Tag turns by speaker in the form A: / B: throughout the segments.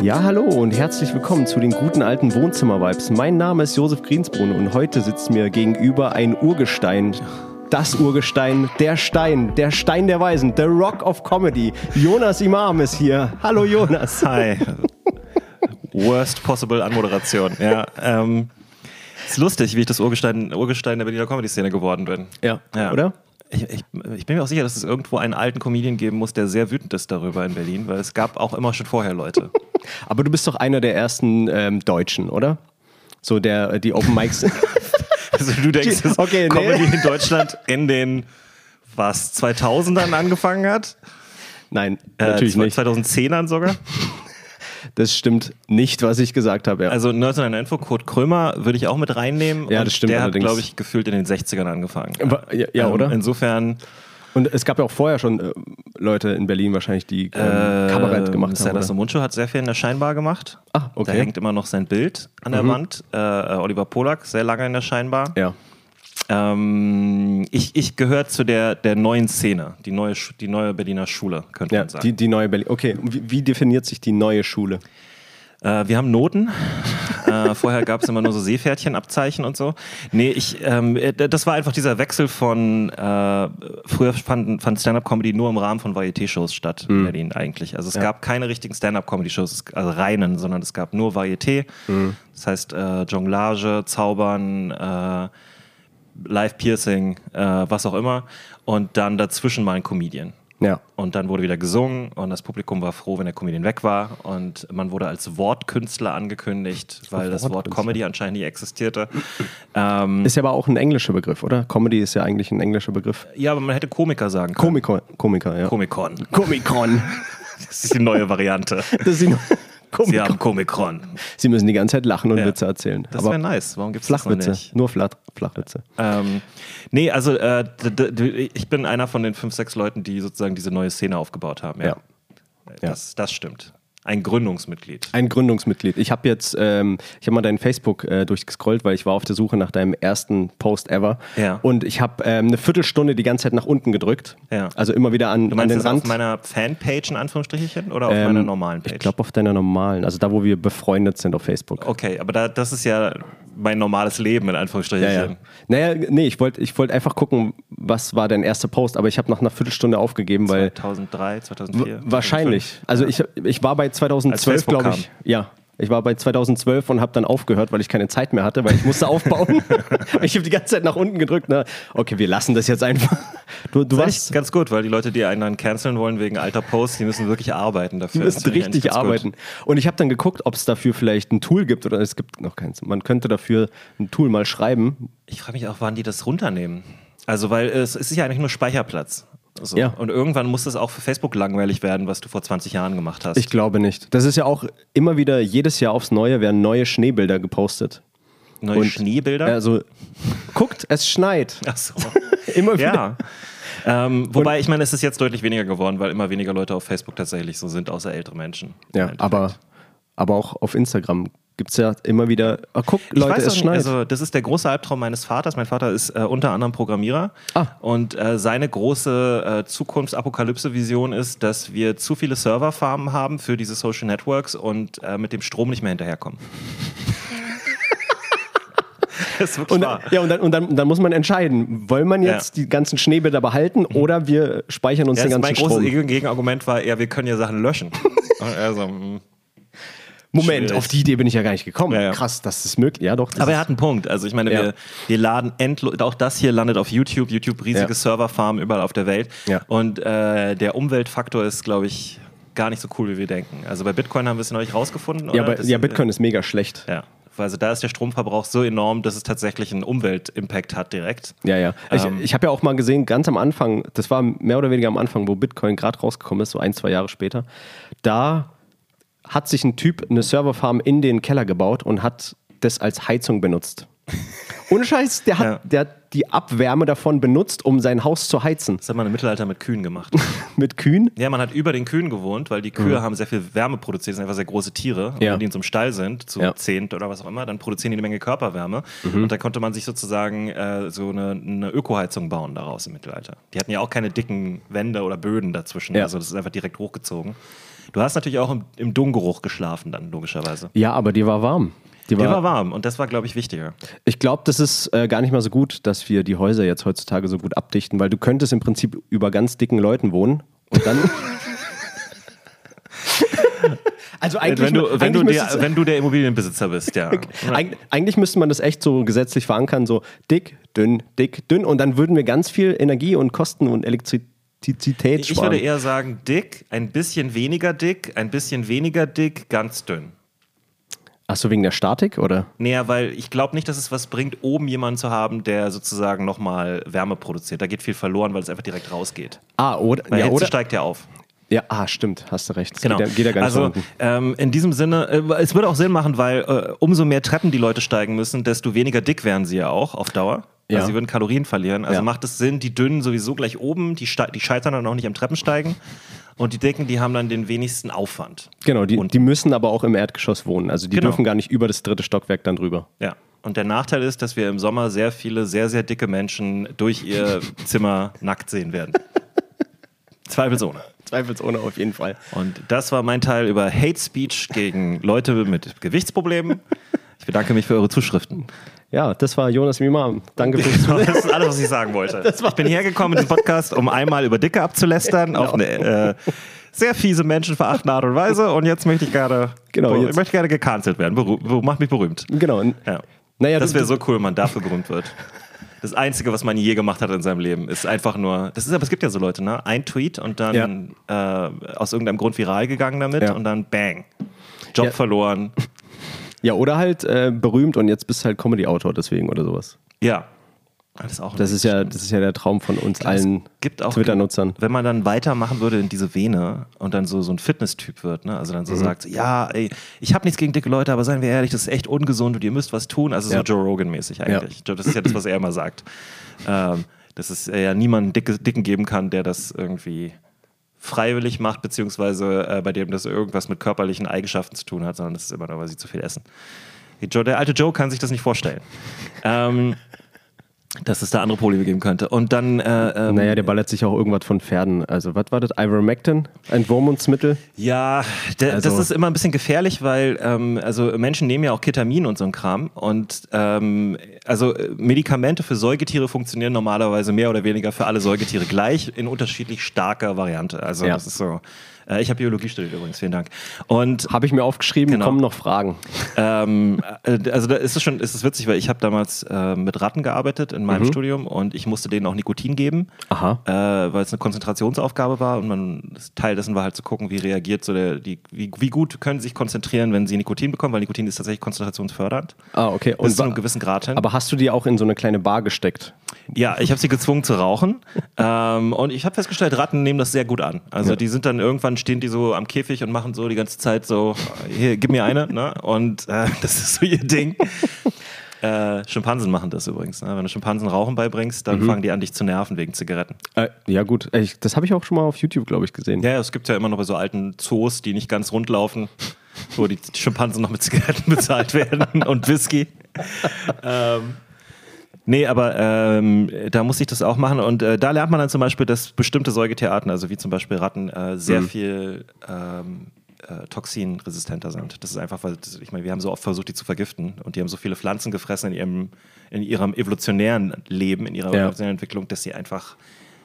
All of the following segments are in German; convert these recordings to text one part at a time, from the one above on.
A: Ja, hallo und herzlich willkommen zu den guten alten Wohnzimmer-Vibes. Mein Name ist Josef Grinsbrunn und heute sitzt mir gegenüber ein Urgestein. Das Urgestein, der Stein, der Stein der Weisen, The Rock of Comedy. Jonas Imam ist hier. Hallo Jonas.
B: Hi. Worst possible Anmoderation. Ja, ähm, ist lustig, wie ich das Urgestein, Urgestein der Berliner Comedy-Szene geworden bin.
A: Ja, oder?
B: Ich, ich, ich bin mir auch sicher, dass es irgendwo einen alten Comedian geben muss, der sehr wütend ist darüber in Berlin, weil es gab auch immer schon vorher Leute.
A: Aber du bist doch einer der ersten ähm, Deutschen, oder? So der äh, die Open Mics.
B: Also du denkst, dass
A: Okay, nee.
B: Comedy in Deutschland in den was 2000ern angefangen hat?
A: Nein,
B: Äh,
A: natürlich
B: zwei-
A: nicht.
B: 2010ern sogar?
A: Das stimmt nicht, was ich gesagt habe. Ja.
B: Also 1991 Info, Kurt Krömer würde ich auch mit reinnehmen.
A: Ja,
B: und
A: das stimmt
B: Der
A: allerdings.
B: hat, glaube ich, gefühlt in den 60ern angefangen. Ähm,
A: Wa- ja, ja, oder?
B: Insofern
A: Und es gab ja auch vorher schon äh, Leute in Berlin wahrscheinlich, die ähm, Kabarett gemacht haben.
B: Serdas
A: oder?
B: Mundschuh äh, hat sehr viel in der Scheinbar gemacht.
A: Ah, okay. Mhm.
B: Da hängt immer noch sein Bild an der Wand. Äh, äh, Oliver Polak, sehr lange in der Scheinbar.
A: Ja.
B: Ähm, ich ich gehöre zu der, der neuen Szene, die neue, Schu- die neue Berliner Schule, könnte
A: Ja,
B: man sagen.
A: die, die neue Berlin. Okay, und wie, wie definiert sich die neue Schule?
B: Äh, wir haben Noten. äh, vorher gab es immer nur so Seepferdchenabzeichen und so. Nee, ich, ähm, äh, das war einfach dieser Wechsel von, äh, früher fand, fand Stand-Up-Comedy nur im Rahmen von Varieté-Shows statt in Berlin eigentlich. Also es gab keine richtigen Stand-Up-Comedy-Shows, es- also reinen, sondern es gab nur Varieté. Das heißt äh, Jonglage, Zaubern, äh, Live-Piercing, äh, was auch immer. Und dann dazwischen mal ein Comedian.
A: Ja.
B: Und dann wurde wieder gesungen und das Publikum war froh, wenn der Comedian weg war. Und man wurde als Wortkünstler angekündigt, weil das Wort
A: Wortkünstler.
B: Comedy anscheinend nicht existierte. Ähm,
A: Hm. Ist ja aber auch ein englischer Begriff, oder? Comedy ist ja eigentlich ein englischer Begriff.
B: ja, aber man hätte Komiker sagen können.
A: Komiker, Komiker, ja.
B: Komikron.
A: Komikron.
B: Das ist die neue Variante.
A: Das ist die neue-
B: Sie
A: Komikron.
B: haben Komikron.
A: Sie müssen die ganze Zeit lachen und
B: Ja.
A: Witze erzählen.
B: Das
A: aber
B: wäre nice. Warum gibt es das noch
A: Flachwitze,
B: nicht?
A: nur Flach, Flachwitze.
B: Ähm, nee, also äh, d- d- d- ich bin einer von den fünf, sechs Leuten, die sozusagen diese neue Szene aufgebaut haben. Ja.
A: Ja.
B: Das, das stimmt. Ein Gründungsmitglied.
A: Ein Gründungsmitglied. Ich habe jetzt, ähm, ich habe mal deinen Facebook äh, durchgescrollt, weil ich war auf der Suche nach deinem ersten Post ever.
B: Ja.
A: Und ich habe ähm, eine Viertelstunde die ganze Zeit nach unten gedrückt.
B: Ja.
A: Also immer wieder an,
B: Du
A: an
B: meinst
A: den
B: das
A: Rand.
B: auf meiner Fanpage in Anführungsstrichen oder auf
A: Ähm,
B: meiner normalen Page?
A: Ich glaube auf deiner normalen, also da, wo wir befreundet sind auf Facebook.
B: Okay, aber da, das ist ja mein normales Leben in Anführungsstrichen.
A: Ja, ja. Naja, nee, ich wollte ich wollt einfach gucken, was war dein erster Post, aber ich habe nach einer Viertelstunde aufgegeben, weil
B: 2003, 2004.
A: wahrscheinlich. Also ich, ich war bei 2012,
B: Als Facebook
A: glaube ich. Ja. Ich war bei 2012 und habe dann aufgehört, weil ich keine Zeit mehr hatte, weil ich musste aufbauen. ich habe die ganze Zeit nach unten gedrückt. Ne? Okay, wir lassen das jetzt einfach. Du, du
B: Das ist
A: warst
B: eigentlich ganz gut, weil die Leute, die einen dann canceln wollen wegen alter Posts, die müssen wirklich arbeiten dafür.
A: Wir
B: Das
A: müssen
B: finde ich eigentlich
A: richtig
B: ganz gut.
A: arbeiten. Und ich habe dann geguckt, ob es dafür vielleicht ein Tool gibt oder es gibt noch keins. Man könnte dafür ein Tool mal schreiben.
B: Ich frage mich auch, wann die das runternehmen. Also, weil es, es ist ja eigentlich nur Speicherplatz. So.
A: Ja.
B: Und irgendwann muss das auch für Facebook langweilig werden, was du vor 20 Jahren gemacht hast.
A: Ich glaube nicht. Das ist ja auch immer wieder, jedes Jahr aufs Neue werden neue Schneebilder gepostet.
B: Neue
A: und-
B: Schneebilder.
A: Also guckt, es schneit.
B: Ach so.
A: Immer wieder.
B: Ja. ähm, wobei, ich meine, es ist jetzt deutlich weniger geworden, weil immer weniger Leute auf Facebook tatsächlich so sind, außer ältere Menschen. Im
A: Ja,
B: Endeffekt.
A: aber, aber auch auf Instagram gibt es ja immer wieder, ah, guck,
B: Ich
A: Leute,
B: weiß auch
A: es
B: nicht,
A: schneit.
B: Also, das ist der große Albtraum meines Vaters. Mein Vater ist äh, unter anderem Programmierer.
A: Ah.
B: Und äh, seine große äh, Zukunftsapokalypse-Vision ist, dass wir zu viele Serverfarmen haben für diese Social Networks und äh, mit dem Strom nicht mehr hinterherkommen. das ist wirklich
A: und, äh,
B: wahr.
A: ja, und, dann, und dann, dann muss man entscheiden, wollen man jetzt die ganzen Schneebilder behalten oder wir speichern uns
B: Mhm. Ja,
A: den
B: das-
A: ganzen
B: mein großes
A: Strom.
B: Gegen- Gegenargument war, ja, wir können ja Sachen löschen. Und er so, mm.
A: Moment,
B: Schwierig.
A: auf die Idee bin ich ja gar nicht gekommen.
B: Ja, ja.
A: Krass, das ist möglich. Ja, doch. das
B: Aber er
A: ist-
B: hat einen Punkt. Also ich meine,
A: Ja.
B: wir, wir laden endlos, auch das hier landet auf YouTube, YouTube riesige
A: Ja.
B: Serverfarmen überall auf der Welt.
A: Ja.
B: Und äh, der Umweltfaktor ist, glaube ich, gar nicht so cool, wie wir denken. Also bei Bitcoin haben wir es neulich rausgefunden.
A: ja,
B: oder?
A: aber,
B: Das-
A: ja, Bitcoin ist mega schlecht.
B: Ja. Also da ist der Stromverbrauch so enorm, dass es tatsächlich einen Umweltimpact hat direkt.
A: Ja, ja. Ich,
B: Ähm.
A: ich habe ja auch mal gesehen, ganz am Anfang, das war mehr oder weniger am Anfang, wo Bitcoin gerade rausgekommen ist, so ein, zwei Jahre später, da hat sich ein Typ eine Serverfarm in den Keller gebaut und hat das als Heizung benutzt. Ohne Scheiß, der hat,
B: Ja.
A: der hat die Abwärme davon benutzt, um sein Haus zu heizen.
B: Das hat man im Mittelalter mit Kühen gemacht.
A: Mit Kühen.
B: Ja, man hat über den Kühen gewohnt, weil die Kühe haben sehr viel Wärme produziert, das sind einfach sehr große Tiere. Und
A: Ja.
B: wenn die in so einem Stall sind, zu
A: Ja.
B: zehnt oder was auch immer, dann produzieren die eine Menge Körperwärme. Und da konnte man sich sozusagen äh, so eine, eine Ökoheizung bauen daraus im Mittelalter. Die hatten ja auch keine dicken Wände oder Böden dazwischen.
A: Ja.
B: Also das ist einfach direkt hochgezogen. Du hast natürlich auch im, im Dungeruch geschlafen dann, logischerweise.
A: Ja, aber die war warm. Die war,
B: Der war warm und das war, glaube ich, wichtiger.
A: Ich glaube, das ist äh, gar nicht mal so gut, dass wir die Häuser jetzt heutzutage so gut abdichten, weil du könntest im Prinzip über ganz dicken Leuten wohnen und dann. also eigentlich,
B: Wenn du, wenn,
A: eigentlich,
B: du der,
A: müsstest-
B: wenn du der Immobilienbesitzer bist, ja.
A: eig- eigentlich müsste man das echt so gesetzlich verankern, so dick, dünn, dick, dünn und dann würden wir ganz viel Energie und Kosten und Elektrizität
B: Ich würde
A: sparen.
B: eher sagen, dick, ein bisschen weniger dick, ein bisschen weniger dick, ganz dünn.
A: Achso, wegen der Statik oder?
B: Naja, weil ich glaube nicht, dass es was bringt, oben jemanden zu haben, der sozusagen nochmal Wärme produziert. Da geht viel verloren, weil es einfach direkt rausgeht.
A: Ah, oder?
B: Weil
A: Ja,
B: Hitze
A: oder?
B: steigt ja auf.
A: Ja, ah, stimmt, hast du recht. Das Geht, ja- geht ja gar nicht nach
B: also
A: unten.
B: ähm, in diesem Sinne, äh, es würde auch Sinn machen, weil äh, umso mehr Treppen die Leute steigen müssen, desto weniger dick werden sie ja auch auf Dauer.
A: Ja.
B: Also sie würden Kalorien verlieren. Also
A: Ja.
B: macht es Sinn, die Dünnen sowieso gleich oben, die, ste- die scheitern dann auch nicht am Treppensteigen. Und die Dicken, die haben dann den wenigsten Aufwand.
A: Genau, die,
B: Und-
A: die müssen aber auch im Erdgeschoss wohnen. Also die
B: Genau.
A: dürfen gar nicht über das dritte Stockwerk dann drüber.
B: Ja. Und der Nachteil ist, dass wir im Sommer sehr viele, sehr, sehr dicke Menschen durch ihr Zimmer nackt sehen werden. Zweifelsohne.
A: Zweifelsohne auf jeden Fall.
B: Und das war mein Teil über Hate Speech gegen Leute mit Gewichtsproblemen. Ich bedanke mich für eure Zuschriften.
A: Ja, das war Jonas Mimam. Danke fürs
B: Das ist alles, was ich sagen wollte. Ich bin hergekommen in den Podcast, um einmal über Dicke abzulästern, auf eine äh, sehr fiese, menschenverachtende Art und Weise. Und jetzt möchte ich gerne,
A: Genau,
B: ich
A: jetzt.
B: möchte gerne gecancelt werden. Beru beru- macht mich berühmt.
A: Genau. n-
B: Ja.
A: Naja,
B: das
A: du-
B: wäre so cool, wenn man dafür berühmt wird. Das Einzige, was man je gemacht hat in seinem Leben, ist einfach nur. Das ist aber es gibt ja so Leute, ne? Ein Tweet und dann äh, aus irgendeinem Grund viral gegangen damit
A: Ja.
B: und dann Bang, Job
A: Ja.
B: verloren.
A: Ja, oder halt äh, berühmt und jetzt bist du halt Comedy-Autor deswegen oder sowas.
B: Ja, das ist auch.
A: Das ist ja, das ist ja der Traum von uns allen
B: gibt auch-
A: Twitter-Nutzern.
B: Wenn man dann weitermachen würde in diese Vene und dann so, so ein Fitness-Typ wird, ne? also dann
A: Mhm.
B: so sagt, ja, ey, ich habe nichts gegen dicke Leute, aber seien wir ehrlich, das ist echt ungesund und ihr müsst was tun. Also
A: Ja.
B: so Joe Rogan-mäßig eigentlich. Das ist ja das, was er immer sagt. Ähm, dass es ja niemanden Dicke, Dicken geben kann, der das irgendwie freiwillig macht, beziehungsweise äh, bei dem das irgendwas mit körperlichen Eigenschaften zu tun hat, sondern das ist immer nur, weil sie zu viel essen. Die Joe, der alte Joe kann sich das nicht vorstellen. ähm, dass es da andere Probleme geben könnte. Und dann äh, ähm,
A: Naja, der ballert sich auch irgendwas von Pferden. Also, was war das? Ivermectin? Ein Wurmungsmittel?
B: Ja, d- das
A: Also-
B: ist immer ein bisschen gefährlich, weil ähm, also Menschen nehmen ja auch Ketamin und so ein Kram und ähm, also äh, Medikamente für Säugetiere funktionieren normalerweise mehr oder weniger für alle Säugetiere gleich in unterschiedlich starker Variante. Also
A: Ja.
B: das ist so. Äh, ich habe Biologie studiert übrigens, vielen Dank. Und
A: Habe ich mir aufgeschrieben,
B: Genau.
A: kommen noch Fragen.
B: ähm, äh, also da ist es schon, ist es witzig, weil ich habe damals äh, mit Ratten gearbeitet in meinem Studium und ich musste denen auch Nikotin geben,
A: Mhm. Aha.
B: äh, weil es eine Konzentrationsaufgabe war und man das Teil dessen war halt zu gucken, wie reagiert so der, die, wie, wie gut können sie sich konzentrieren, wenn sie Nikotin bekommen, weil Nikotin ist tatsächlich konzentrationsfördernd.
A: Ah, okay.
B: Bis zu
A: wa-
B: einem gewissen Grad hin.
A: aber hast du die auch in so eine kleine Bar gesteckt?
B: Ja, ich habe sie gezwungen zu rauchen. ähm, und ich habe festgestellt, Ratten nehmen das sehr gut an. Also die sind dann irgendwann stehen die so am Käfig und machen so die ganze Zeit so, hier, gib mir eine, ne? Und äh, das ist so ihr Ding. äh, Schimpansen machen das übrigens. Ne? Wenn du Schimpansen Rauchen beibringst,
A: Mhm.
B: dann fangen die an, dich zu nerven wegen Zigaretten.
A: Äh, ja, gut. Ich, das habe ich auch schon mal auf YouTube, glaube ich, gesehen.
B: Ja, ja, es gibt ja immer noch bei so alten Zoos, die nicht ganz rund laufen, wo die Schimpansen noch mit Zigaretten bezahlt werden und Whisky. ähm, nee, aber ähm, da muss ich das auch machen. Und äh, da lernt man dann zum Beispiel, dass bestimmte Säugetierarten, also wie zum Beispiel Ratten, äh, sehr viel ähm, äh, toxinresistenter sind. Das ist einfach, weil das, ich meine, wir haben so oft versucht, die zu vergiften. Und die haben so viele Pflanzen gefressen in ihrem, in ihrem evolutionären Leben, in ihrer
A: Ja.
B: evolutionären Entwicklung, dass sie einfach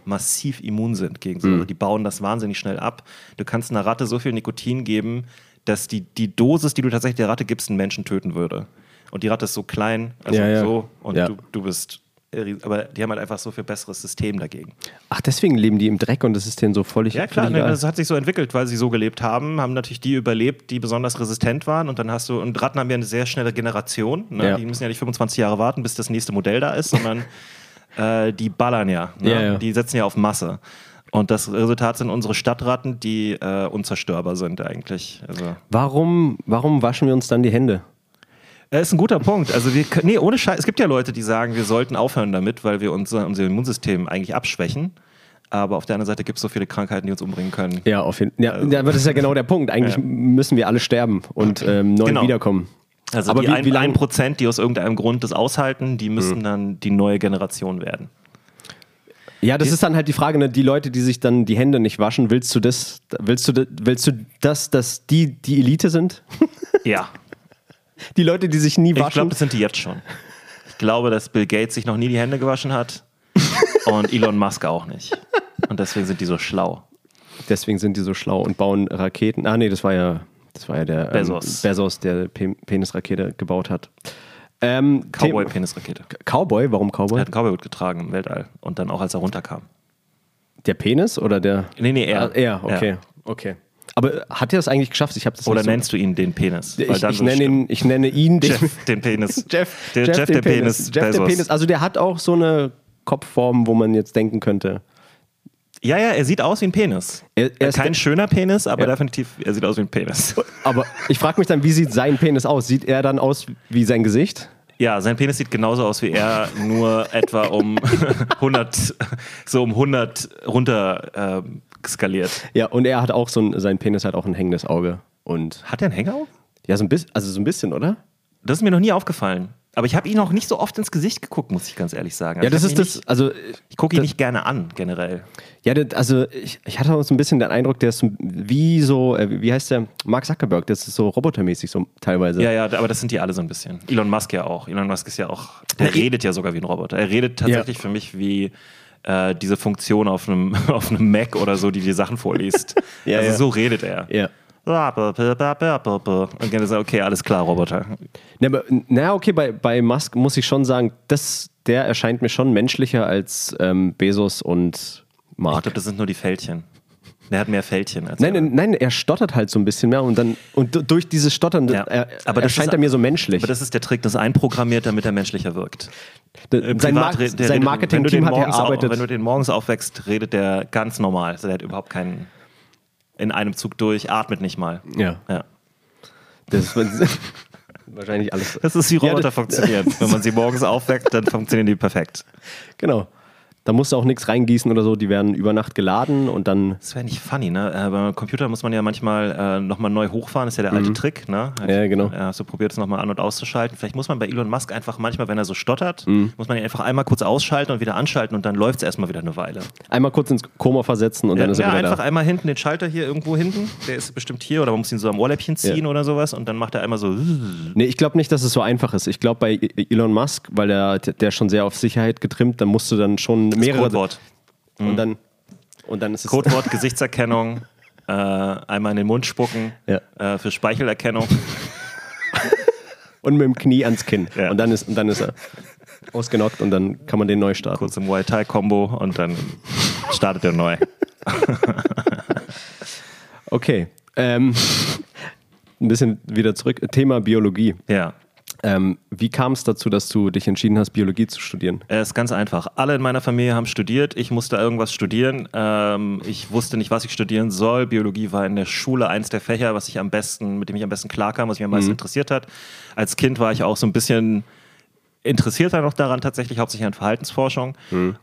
B: massiv immun sind gegen so. Die bauen das wahnsinnig schnell ab. Du kannst einer Ratte so viel Nikotin geben, dass die, die Dosis, die du tatsächlich der Ratte gibst, einen Menschen töten würde. Und die Ratte ist so klein, also
A: Ja, ja.
B: so, und
A: Ja.
B: du, du bist. irri- Aber die haben halt einfach so viel besseres System dagegen.
A: Ach, deswegen leben die im Dreck und das ist denen so völlig,
B: Ja, klar,
A: völlig
B: ne,
A: egal.
B: das hat sich so entwickelt, weil sie so gelebt haben, haben natürlich die überlebt, die besonders resistent waren und dann hast du, und Ratten haben ja eine sehr schnelle Generation, ne?
A: Ja.
B: die müssen ja nicht 25 Jahre warten, bis das nächste Modell da ist, sondern äh, die ballern ja, ne?
A: Ja, ja.
B: die setzen ja auf Masse. Und das Resultat sind unsere Stadtratten, die äh, unzerstörbar sind eigentlich. Also,
A: Warum, warum waschen wir uns dann die Hände?
B: äh, ist ein guter Punkt. Also wir können, nee, ohne Scheiß, es gibt ja Leute, die sagen, wir sollten aufhören damit, weil wir unser, unser Immunsystem eigentlich abschwächen. Aber auf der anderen Seite gibt es so viele Krankheiten, die uns umbringen können.
A: Ja, auf jeden Fall. Ja, ja, aber das ist ja genau der Punkt. Eigentlich müssen wir alle sterben und ähm, neu
B: Genau.
A: wiederkommen.
B: Also
A: aber
B: die
A: wie,
B: ein,
A: wie
B: ein
A: lange? Mhm.
B: Prozent, die aus irgendeinem Grund das aushalten, die müssen dann die neue Generation werden.
A: Ja, das ist dann halt die Frage, ne? die Leute, die sich dann die Hände nicht waschen, willst du das, willst du das, willst du das, dass die die Elite sind?
B: Ja.
A: Die Leute, die sich nie
B: Ich glaube,
A: waschen?
B: das sind die jetzt schon. Ich glaube, dass Bill Gates sich noch nie die Hände gewaschen hat und Elon Musk auch nicht. Und deswegen sind die so schlau.
A: Deswegen sind die so schlau und bauen Raketen. Ah, nee, das war ja, das war ja der ähm,
B: Bezos.
A: Bezos der Pe Penisrakete gebaut hat. Ähm, Them-
B: Cowboy-Penisrakete.
A: Cowboy? Warum Cowboy?
B: Er hat einen Cowboy-Hut getragen im Weltall. Und dann auch, als er runterkam.
A: Der Penis oder der?
B: Nee, nee, er.
A: Ah, er, okay.
B: Ja.
A: okay. Aber hat er das eigentlich geschafft? Ich habe das
B: Oder
A: nicht so-
B: nennst du ihn den Penis?
A: ich,
B: dann
A: ich,
B: so
A: nenne ihn, ich nenne ihn den
B: Jeff den Penis.
A: Jeff,
B: der, Jeff, der Penis.
A: Jeff der
B: Bezos.
A: Penis. Also der hat auch so eine Kopfform, wo man jetzt denken könnte.
B: Ja, ja, er sieht aus wie ein Penis.
A: Er- er ist
B: Kein
A: der-
B: schöner Penis, aber
A: Ja.
B: definitiv, er sieht aus wie ein Penis.
A: Aber ich frage mich dann, wie sieht sein Penis aus? Sieht er dann aus wie sein Gesicht?
B: Ja, sein Penis sieht genauso aus wie er, nur etwa um 100, so um 100 runter ähm, skaliert.
A: Ja, und er hat auch so ein, sein Penis hat auch ein hängendes Auge. Und
B: Hat er einen Hänger?
A: ja, so ein bisschen, also so ein bisschen, oder?
B: Das ist mir noch nie aufgefallen. Aber ich habe ihn auch nicht so oft ins Gesicht geguckt, muss ich ganz ehrlich sagen.
A: Ja, das
B: ich hab
A: ist das,
B: ihn Nicht,
A: also
B: ich gucke ihn
A: das-
B: nicht gerne an, generell.
A: Ja, das, also ich, ich hatte auch so ein bisschen den Eindruck, der ist so wie so, äh, wie heißt der? Mark Zuckerberg, der ist so robotermäßig so teilweise.
B: Ja, ja, aber das sind die alle so ein bisschen. Elon Musk ja auch. Elon Musk ist ja auch, der redet ja sogar wie ein Roboter. Er redet tatsächlich für mich wie äh, diese Funktion auf einem, auf einem Mac oder so, die dir Sachen vorliest.
A: Ja,
B: also
A: ja.
B: so redet er.
A: Ja.
B: Und dann ist er, okay, alles klar, Roboter.
A: Na, aber, na okay, bei, bei Musk muss ich schon sagen, das, der erscheint mir schon menschlicher als ähm, Bezos und
B: Ich
A: Mark.
B: glaube, das sind nur die Fältchen. Der hat mehr Fältchen als
A: Nein,
B: er.
A: nein, nein, er stottert halt so ein bisschen mehr und dann und du- durch dieses Stottern
B: Ja.
A: er,
B: Aber das
A: erscheint
B: ist-
A: er mir so menschlich.
B: Aber das ist der Trick, das einprogrammiert, damit er menschlicher wirkt.
A: D- sein
B: äh, Privat
A: Mark-
B: redet- der
A: sein
B: redet- wenn
A: Marketing-Team
B: du den
A: hat
B: morgens au-
A: erarbeitet.
B: Wenn du den morgens aufwächst, redet der ganz normal. Also der hat überhaupt keinen in einem Zug durch, atmet nicht mal.
A: ja,
B: Ja.
A: das ist wahrscheinlich alles.
B: Das ist wie
A: Ja,
B: Roboter
A: das-
B: funktionieren. Wenn man sie morgens aufweckt, dann funktionieren die perfekt.
A: Genau. Da musst du auch nichts reingießen oder so, die werden über Nacht geladen und dann.
B: Das wäre nicht funny, ne? Äh, beim Computer muss man ja manchmal äh, nochmal neu hochfahren, ist ja der alte Trick, ne? Hat-
A: Ja, genau.
B: äh, Hast du probiert, es nochmal an- und auszuschalten. Vielleicht muss man bei Elon Musk einfach manchmal, wenn er so stottert, muss man ihn einfach einmal kurz ausschalten und wieder anschalten und dann läuft es erstmal wieder eine Weile.
A: Einmal kurz ins Koma versetzen und dann ist er
B: ja,
A: wieder
B: einfach
A: da.
B: einmal hinten den Schalter hier irgendwo hinten, der ist bestimmt hier oder man muss ihn so am Ohrläppchen ziehen
A: Ja.
B: oder sowas und dann macht er einmal so.
A: Nee, ich glaube nicht, dass es so einfach ist. Ich glaube, bei E- Elon Musk, weil der, der schon sehr auf Sicherheit getrimmt, dann musst du dann schon mehrere.
B: Codewort. hm.
A: Und dann, und dann ist es.
B: Codewort, Gesichtserkennung, äh, einmal in den Mund spucken,
A: Ja.
B: äh, für Speichelerkennung.
A: Und mit dem Knie ans Kinn.
B: Ja.
A: Und, dann ist, und dann ist er ausgenockt und dann kann man den neu starten.
B: kurz im Muay Thai Combo und dann startet er neu.
A: Okay. Ähm, ein bisschen wieder zurück. Thema Biologie.
B: Ja.
A: Ähm, wie kam es dazu, dass du dich entschieden hast, Biologie zu studieren?
B: Er ist ganz einfach. Alle in meiner Familie haben studiert. Ich musste irgendwas studieren. Ähm, ich wusste nicht, was ich studieren soll. Biologie war in der Schule eins der Fächer, was ich am besten, mit dem ich am besten klarkam, was mich am
A: Mhm.
B: meisten interessiert hat. Als Kind war ich auch so ein bisschen interessierter noch daran tatsächlich, hauptsächlich an Verhaltensforschung.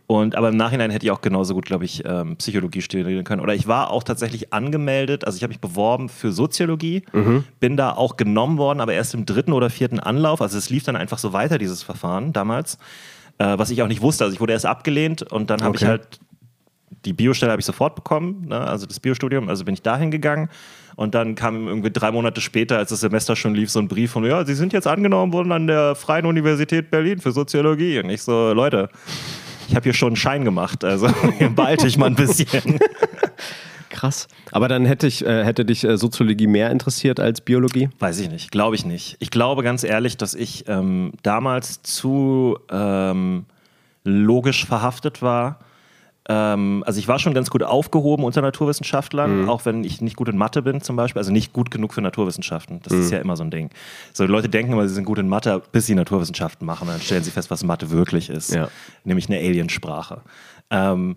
B: Und, aber im Nachhinein hätte ich auch genauso gut, glaube ich, ähm, Psychologie studieren können. Oder ich war auch tatsächlich angemeldet, also ich habe mich beworben für Soziologie, bin da auch genommen worden, aber erst im dritten oder vierten Anlauf. Also es lief dann einfach so weiter, dieses Verfahren damals. Äh, was ich auch nicht wusste. Also ich wurde erst abgelehnt und dann habe
A: Okay.
B: ich halt die Biostelle habe ich sofort bekommen, ne? also das Biostudium, also bin ich dahin gegangen. Und dann kam irgendwie drei Monate später, als das Semester schon lief, so ein Brief von, ja, Sie sind jetzt angenommen worden an der Freien Universität Berlin für Soziologie. Und ich so, Leute, ich habe hier schon einen Schein gemacht, also behalte ich mal ein bisschen.
A: Krass. Aber dann hätte, ich, äh, hätte dich äh, Soziologie mehr interessiert als Biologie?
B: Weiß ich nicht, glaube ich nicht. Ich glaube ganz ehrlich, dass ich ähm, damals zu ähm, logisch verhaftet war. Ähm, also ich war schon ganz gut aufgehoben unter Naturwissenschaftlern,
A: Mhm.
B: auch wenn ich nicht gut in Mathe bin zum Beispiel, also nicht gut genug für Naturwissenschaften. Das
A: Mhm.
B: ist ja immer so ein Ding. So Leute denken immer, sie sind gut in Mathe, bis sie Naturwissenschaften machen, dann stellen sie fest, was Mathe wirklich ist,
A: Ja.
B: nämlich eine Aliensprache. Ähm,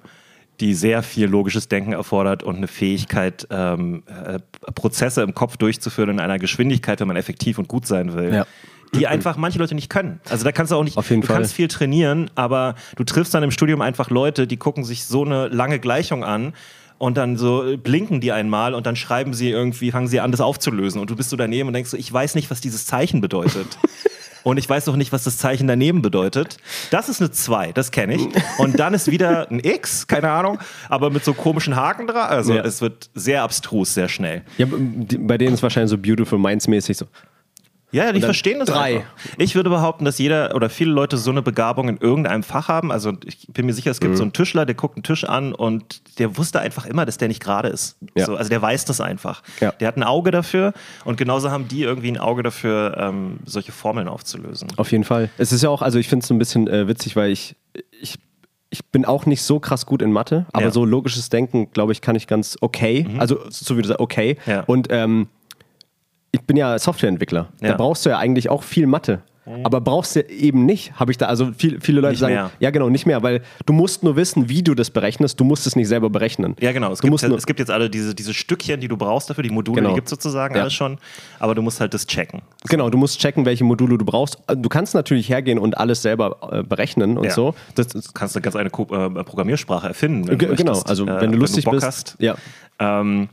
B: die sehr viel logisches Denken erfordert und eine Fähigkeit, ähm, äh, Prozesse im Kopf durchzuführen in einer Geschwindigkeit, wenn man effektiv und gut sein will,
A: Ja.
B: die einfach manche Leute nicht können. Also da kannst du auch nicht,
A: Auf jeden
B: du
A: Fall.
B: kannst viel trainieren, aber du triffst dann im Studium einfach Leute, die gucken sich so eine lange Gleichung an und dann so äh, blinken die einmal und dann schreiben sie irgendwie, fangen sie an, das aufzulösen und du bist so daneben und denkst so, ich weiß nicht, was dieses Zeichen bedeutet. und ich weiß noch nicht, was das Zeichen daneben bedeutet. Das ist eine 2, das kenne ich. Und dann ist wieder ein X, keine Ahnung, aber mit so komischen Haken dran. Also
A: Ja.
B: es wird sehr abstrus, sehr schnell.
A: Ja, die- bei denen ist wahrscheinlich so Beautiful Minds-mäßig so.
B: Ja, ja, die
A: dann
B: verstehen das
A: drei.
B: einfach. Ich würde behaupten, dass jeder oder viele Leute so eine Begabung in irgendeinem Fach haben. Also ich bin mir sicher, es gibt
A: Mhm.
B: so einen Tischler, der guckt einen Tisch an und der wusste einfach immer, dass der nicht gerade ist.
A: Ja.
B: So, also der weiß das einfach.
A: Ja.
B: Der hat ein Auge dafür und genauso haben die irgendwie ein Auge dafür, ähm, solche Formeln aufzulösen.
A: Auf jeden Fall. Es ist ja auch, also ich finde es so ein bisschen äh, witzig, weil ich, ich, ich bin auch nicht so krass gut in Mathe, aber
B: Ja. Mhm.
A: so logisches Denken, glaube ich, kann ich ganz okay. Also so wie du sagst, okay.
B: Ja.
A: Und ähm, ich bin ja Softwareentwickler. Da
B: Ja. Mhm.
A: brauchst du ja eigentlich auch viel Mathe. Aber brauchst du eben nicht, habe ich da, also viel, viele Leute
B: Nicht
A: sagen,
B: mehr.
A: ja genau, nicht mehr, weil du musst nur wissen, wie du das berechnest, du musst es nicht selber berechnen.
B: Ja, genau. Es,
A: du
B: gibt,
A: musst
B: ja,
A: nur,
B: es gibt jetzt alle diese, diese Stückchen, die du brauchst dafür, die Module,
A: Genau.
B: die gibt es sozusagen
A: Ja.
B: alles schon. Aber du musst halt das checken.
A: Genau, du musst checken, welche Module du brauchst. Du kannst natürlich hergehen und alles selber äh, berechnen und
B: Ja.
A: so. Das,
B: Du kannst eine ganz eine Ko äh, Programmiersprache erfinden. Wenn
A: Ge-
B: du
A: genau,
B: möchtest,
A: also
B: äh,
A: wenn du lustig
B: Bock
A: bist.
B: Hast.
A: Ja.
B: Ähm,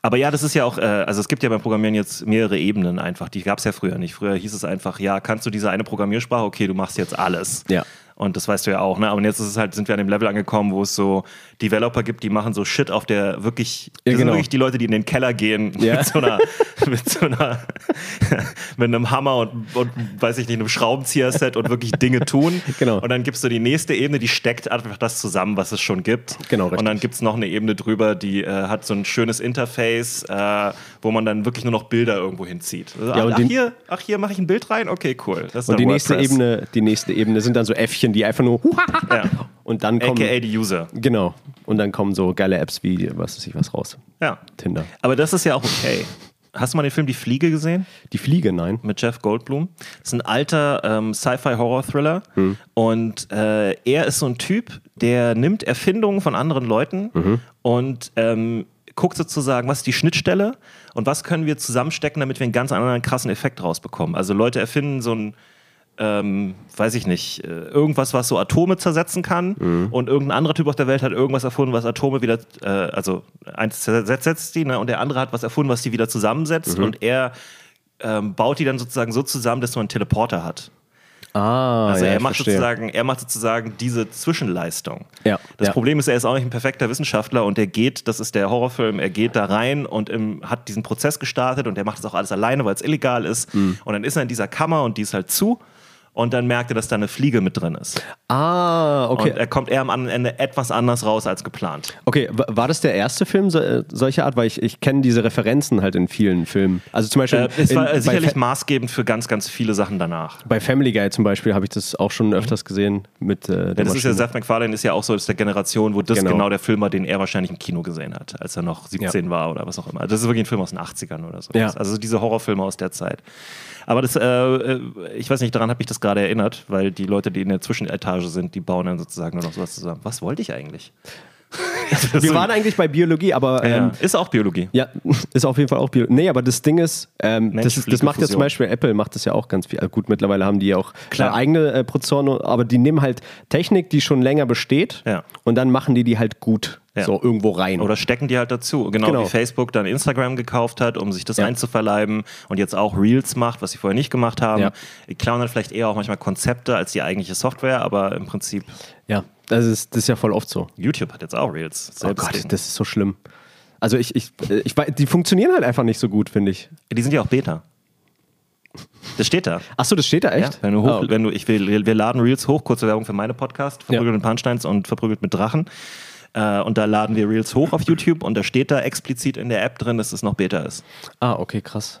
B: aber ja, das ist ja auch, äh, also es gibt ja beim Programmieren jetzt mehrere Ebenen einfach. Die gab es ja früher nicht. Früher hieß es einfach, ja, kannst du diese eine Programmiersprache? Okay, du machst jetzt alles.
A: Ja.
B: Und das weißt du ja auch, ne? Aber jetzt ist es halt, sind wir an dem Level angekommen, wo es so Developer gibt, die machen so Shit auf der wirklich, das sind
A: genau.
B: wirklich die Leute, die in den Keller gehen
A: Ja.
B: mit so einer, mit so einer, mit einem Hammer und, und weiß ich nicht, einem Schraubenzieher-Set und wirklich Dinge tun.
A: Genau.
B: Und dann gibst du die nächste Ebene, die steckt einfach das zusammen, was es schon gibt.
A: Genau,
B: Und
A: richtig.
B: dann gibt es noch eine Ebene drüber, die äh, hat so ein schönes Interface, äh, wo man dann wirklich nur noch Bilder irgendwo hinzieht. Also,
A: und
B: ach,
A: den-
B: hier, ach, hier mache ich ein Bild rein? Okay, cool. Das ist
A: Und die
B: dann
A: nächste
B: WordPress.
A: Ebene, die nächste Ebene sind dann so Äffchen, die einfach nur
B: Ja.
A: und dann kommen
B: AKA die User.
A: genau und dann kommen so geile Apps wie was weiß ich was raus.
B: Ja.
A: Tinder.
B: Aber das ist ja auch okay. Hast du mal den Film Die Fliege gesehen?
A: Die Fliege, nein.
B: mit Jeff Goldblum. Das ist ein alter ähm, Sci-Fi-Horror-Thriller. Und äh, er ist so ein Typ, der nimmt Erfindungen von anderen Leuten und ähm, guckt sozusagen, was ist die Schnittstelle und was können wir zusammenstecken, damit wir einen ganz anderen krassen Effekt rausbekommen. Also Leute erfinden so ein ähm, weiß ich nicht, äh, irgendwas, was so Atome zersetzen kann. Und irgendein anderer Typ auf der Welt hat irgendwas erfunden, was Atome wieder, äh, also eins zersetzt die, ne? und der andere hat was erfunden, was die wieder zusammensetzt. Und er ähm, baut die dann sozusagen so zusammen, dass man einen Teleporter hat.
A: Ah,
B: Also
A: ja,
B: er,
A: ich
B: macht
A: verstehe.
B: sozusagen, er macht sozusagen diese Zwischenleistung.
A: Ja,
B: Das
A: ja.
B: Problem ist, er ist auch nicht ein perfekter Wissenschaftler und er geht, das ist der Horrorfilm, er geht da rein und im, hat diesen Prozess gestartet und er macht das auch alles alleine, weil es illegal ist.
A: Mhm.
B: Und dann ist er in dieser Kammer und die ist halt zu. Und dann merkt er, dass da eine Fliege mit drin ist.
A: Ah,
B: Und
A: okay.
B: er kommt eher am anderen Ende etwas anders raus als geplant.
A: okay, wa- war das der erste Film so, äh, solcher Art, weil ich, ich kenne diese Referenzen halt in vielen Filmen. Also zum Beispiel
B: Äh, es
A: in,
B: war äh,
A: bei,
B: sicherlich
A: Fa-
B: maßgebend für ganz, ganz viele Sachen danach.
A: bei Family Guy zum Beispiel habe ich das auch schon öfters gesehen mit äh, der
B: Ja, das ist ja,
A: Maschine.
B: Seth MacFarlane ist ja auch so aus der Generation, wo das
A: Genau.
B: genau. der Film war, den er wahrscheinlich im Kino gesehen hat, als er noch 17 war oder was auch immer. Das ist wirklich ein Film aus den 80ern oder so.
A: Ja.
B: Also diese Horrorfilme aus der Zeit. Aber das, äh, äh, ich weiß nicht, daran habe ich das gerade erinnert, weil die Leute, die in der Zwischenetage sind, die bauen dann sozusagen nur noch sowas zusammen. Was wollte ich eigentlich?
A: Wir waren eigentlich bei Biologie, aber ähm,
B: ja. Ist auch Biologie.
A: Ja, ist auf jeden Fall auch Bio. Nee, aber das Ding ist, ähm,
B: Mensch,
A: das, ist das
B: Fliege,
A: macht ja zum
B: Fusion.
A: Beispiel Apple macht das ja auch ganz viel. Also gut, mittlerweile haben die ja auch
B: Klar.
A: äh, eigene äh, Prozessoren, aber die nehmen halt Technik, die schon länger besteht,
B: Ja.
A: und dann machen die die halt gut
B: Ja.
A: so irgendwo rein.
B: Oder stecken die halt dazu. Genau,
A: Genau.
B: wie Facebook dann Instagram gekauft hat, um sich das
A: Ja.
B: einzuverleiben und jetzt auch Reels macht, was sie vorher nicht gemacht haben.
A: Ja.
B: Die klauen dann vielleicht eher auch manchmal Konzepte als die eigentliche Software, aber im Prinzip,
A: Ja, das ist, das ist ja voll oft so.
B: YouTube hat jetzt auch Reels.
A: Oh
B: Selbst-
A: Gott, das ist so schlimm. Also ich, ich, äh, ich weiß, die funktionieren halt einfach nicht so gut, finde ich.
B: Die sind ja auch Beta. Das steht da.
A: Achso, das steht da echt?
B: Ja, wenn du hoch,
A: Ah,
B: wenn du, ich will, wir laden Reels hoch, kurze Werbung für meine Podcast, verprügelt
A: Ja.
B: mit Punchsteins und verprügelt mit Drachen. Äh, und da laden wir Reels hoch auf YouTube und da steht da explizit in der App drin, dass es noch Beta ist.
A: ah, okay, krass.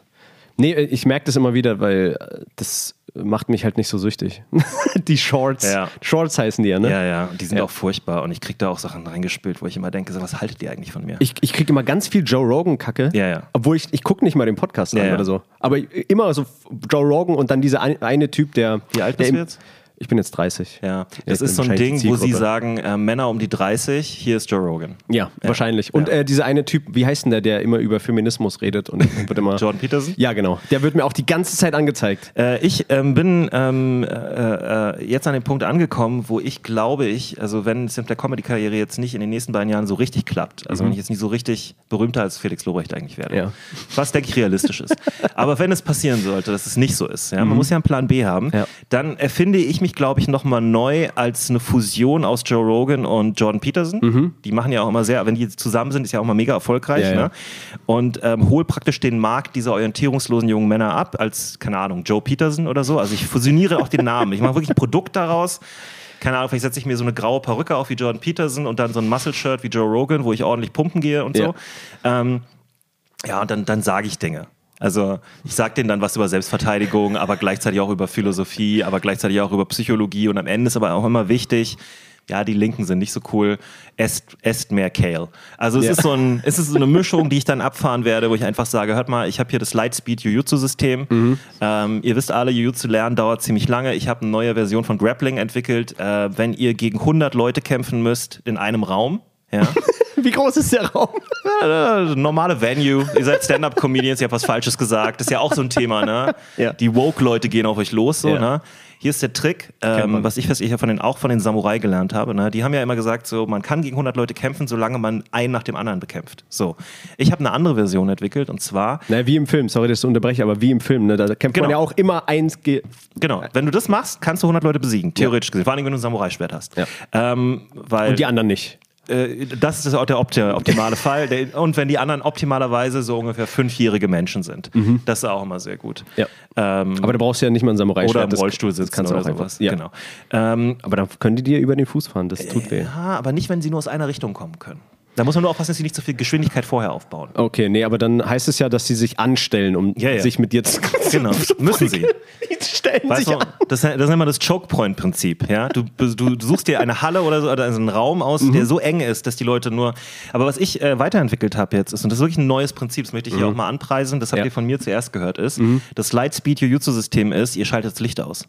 A: Nee, äh, ich merke das immer wieder, weil äh, das macht mich halt nicht so süchtig. die Shorts.
B: Ja.
A: Shorts heißen die ja, ne?
B: Ja, ja, und die sind auch furchtbar und ich kriege da auch Sachen reingespielt, wo ich immer denke, so, was haltet ihr eigentlich von mir?
A: Ich, ich kriege immer ganz viel Joe Rogan-Kacke.
B: Ja, ja.
A: Obwohl ich, ich gucke nicht mal den Podcast
B: Ja,
A: an
B: ja.
A: oder so. Aber immer so Joe Rogan und dann dieser ein, eine Typ, der.
B: Wie alt
A: der
B: bist
A: im-
B: du jetzt?
A: Ich bin jetzt 30.
B: Ja, das
A: bin
B: ist so ein
A: wahrscheinlich
B: Ding,
A: die
B: wo sie
A: Zielgruppe.
B: sagen, äh, Männer um die 30, hier ist Joe Rogan.
A: Ja, wahrscheinlich. Und äh, dieser eine Typ, wie heißt denn der, der immer über Feminismus redet und wird immer.
B: Jordan Peterson?
A: Ja, genau. Der wird mir auch die ganze Zeit angezeigt.
B: Äh, ich ähm, bin ähm, äh, äh, jetzt an dem Punkt angekommen, wo ich glaube ich, also wenn es mit der Comedy-Karriere jetzt nicht in den nächsten beiden Jahren so richtig klappt, also wenn ich jetzt nicht so richtig berühmter als Felix Lobrecht eigentlich werde,
A: Mhm. Ja.
B: was denke ich realistisch ist. Aber wenn es passieren sollte, dass es nicht so ist, ja, man muss ja einen Plan B haben,
A: Mhm. Ja.
B: dann erfinde ich mich, glaube ich, nochmal neu als eine Fusion aus Joe Rogan und Jordan Peterson.
A: Mhm.
B: Die machen ja auch immer sehr, wenn die zusammen sind, ist ja auch immer mega erfolgreich.
A: Ja, ja.
B: Ne? Und ähm, hol praktisch den Markt dieser orientierungslosen jungen Männer ab, als, keine Ahnung, Joe Peterson oder so. Also ich fusioniere auch den Namen. Ich mache wirklich ein Produkt daraus. Keine Ahnung, vielleicht setze ich mir so eine graue Perücke auf wie Jordan Peterson und dann so ein Muscle-Shirt wie Joe Rogan, wo ich ordentlich pumpen gehe und so. Ähm, ja, und dann, dann sage ich Dinge. Also ich sage denen dann was über Selbstverteidigung, aber gleichzeitig auch über Philosophie, aber gleichzeitig auch über Psychologie. Und am Ende ist aber auch immer wichtig, ja, die Linken sind nicht so cool, esst, esst mehr Kale. Also es,
A: Ja.
B: ist so ein, es ist so eine Mischung, die ich dann abfahren werde, wo ich einfach sage, hört mal, ich habe hier das Lightspeed Jujutsu-System. Ähm, ihr wisst alle, Jujutsu lernen dauert ziemlich lange. Ich habe eine neue Version von Grappling entwickelt. Äh, wenn ihr gegen 100 Leute kämpfen müsst in einem Raum, ja,
A: Wie groß ist der Raum?
B: äh, normale Venue. Ihr seid Stand-up-Comedians, ihr habt was Falsches gesagt. Das ist ja auch so ein Thema, ne?
A: Ja.
B: Die Woke-Leute gehen auf euch los, so,
A: Ja.
B: ne? Hier ist der Trick, ähm, was ich, was ich ja von den, auch von den Samurai gelernt habe. Ne? Die haben ja immer gesagt, so, man kann gegen 100 Leute kämpfen, solange man einen nach dem anderen bekämpft. So, ich habe eine andere Version entwickelt und zwar,
A: Na, wie im Film, sorry, dass ich unterbreche, aber wie im Film, ne? da kämpft man ja
B: Genau.
A: auch immer eins. Ge
B: genau, wenn du das machst, kannst du 100 Leute besiegen, theoretisch gesehen, vor allem wenn du ein Samurai-Schwert hast.
A: Ja.
B: Ähm, weil
A: und die anderen nicht.
B: äh, das ist auch der opti- optimale Fall. Der- Und wenn die anderen optimalerweise so ungefähr fünfjährige Menschen sind, das ist auch immer sehr gut.
A: Mhm. Ja.
B: Ähm,
A: Aber da brauchst du ja nicht mal einen samurai
B: oder im Rollstuhl sitzen
A: kannst du
B: oder
A: auch einfach-
B: sowas.
A: ja.
B: Genau. Ähm,
A: Aber dann können die dir über den Fuß fahren, das tut weh.
B: ja, aber nicht, wenn sie nur aus einer Richtung kommen können. Da muss man nur aufpassen, dass sie nicht so viel Geschwindigkeit vorher aufbauen.
A: Okay, nee, aber dann heißt es ja, dass sie sich anstellen, um
B: Ja, ja.
A: sich mit dir zu.
B: Genau, müssen sie.
A: Die stellen
B: Weißt
A: sich
B: du,
A: an.
B: das, das nennt man das Choke-Point-Prinzip. Ja? Du, du, du suchst dir eine Halle oder, so, oder einen Raum aus,
A: Mhm.
B: der so eng ist, dass die Leute nur. Aber was ich äh, weiterentwickelt habe jetzt ist, und das ist wirklich ein neues Prinzip, das möchte ich hier auch mal anpreisen, das habt
A: Mhm. Ja. Mhm.
B: ihr von mir zuerst gehört, ist, das Lightspeed-Jujutsu-System ist, ihr schaltet das Licht aus.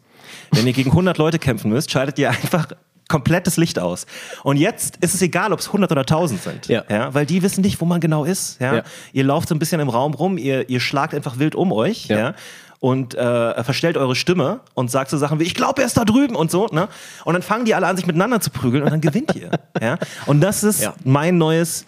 B: Wenn ihr gegen 100 Leute kämpfen müsst, schaltet ihr einfach komplettes Licht aus. Und jetzt ist es egal, ob es 100 oder 1000 sind,
A: Ja.
B: weil die wissen nicht, wo man genau ist. Ja?
A: Ja.
B: Ihr lauft so ein bisschen im Raum rum, ihr, ihr schlagt einfach wild um euch.
A: Ja.
B: Ja? und äh, verstellt eure Stimme und sagt so Sachen wie, ich glaube, er ist da drüben und so, ne? Und dann fangen die alle an, sich miteinander zu prügeln und dann gewinnt ihr. Ja? Und das ist
A: Ja.
B: mein neues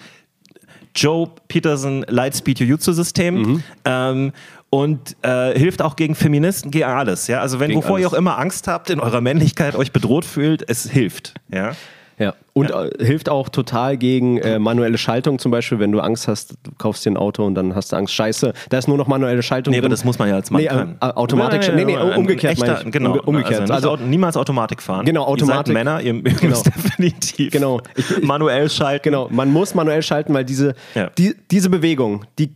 B: Joe Peterson Lightspeed Jujutsu-System.
A: Mhm.
B: Ähm, und äh, hilft auch gegen Feministen, gegen alles. Ja? Also wenn,
A: Gegen
B: wovor ihr
A: alles.
B: auch immer Angst habt, in eurer Männlichkeit euch bedroht fühlt, es hilft. Ja?
A: Ja. Und Äh, hilft auch total gegen äh, manuelle Schaltung zum Beispiel, wenn du Angst hast, du kaufst dir ein Auto und dann hast du Angst, scheiße, da ist nur noch manuelle Schaltung
B: Nee, aber
A: drin.
B: das muss man ja als Mann
A: Nee, äh,
B: können.
A: äh, Automatik- nee, nee,
B: ein
A: umgekehrt
B: echter-
A: meine ich.
B: Genau,
A: Umge- umgekehrt.
B: Also, nicht
A: Also-
B: Auto- niemals Automatik fahren.
A: Genau, Automatik.
B: Ihr seid Männer, ihr, ihr müsst definitiv
A: Genau.
B: manuell schalten.
A: Genau, man muss manuell schalten, weil diese,
B: Ja.
A: die, diese Bewegung, die,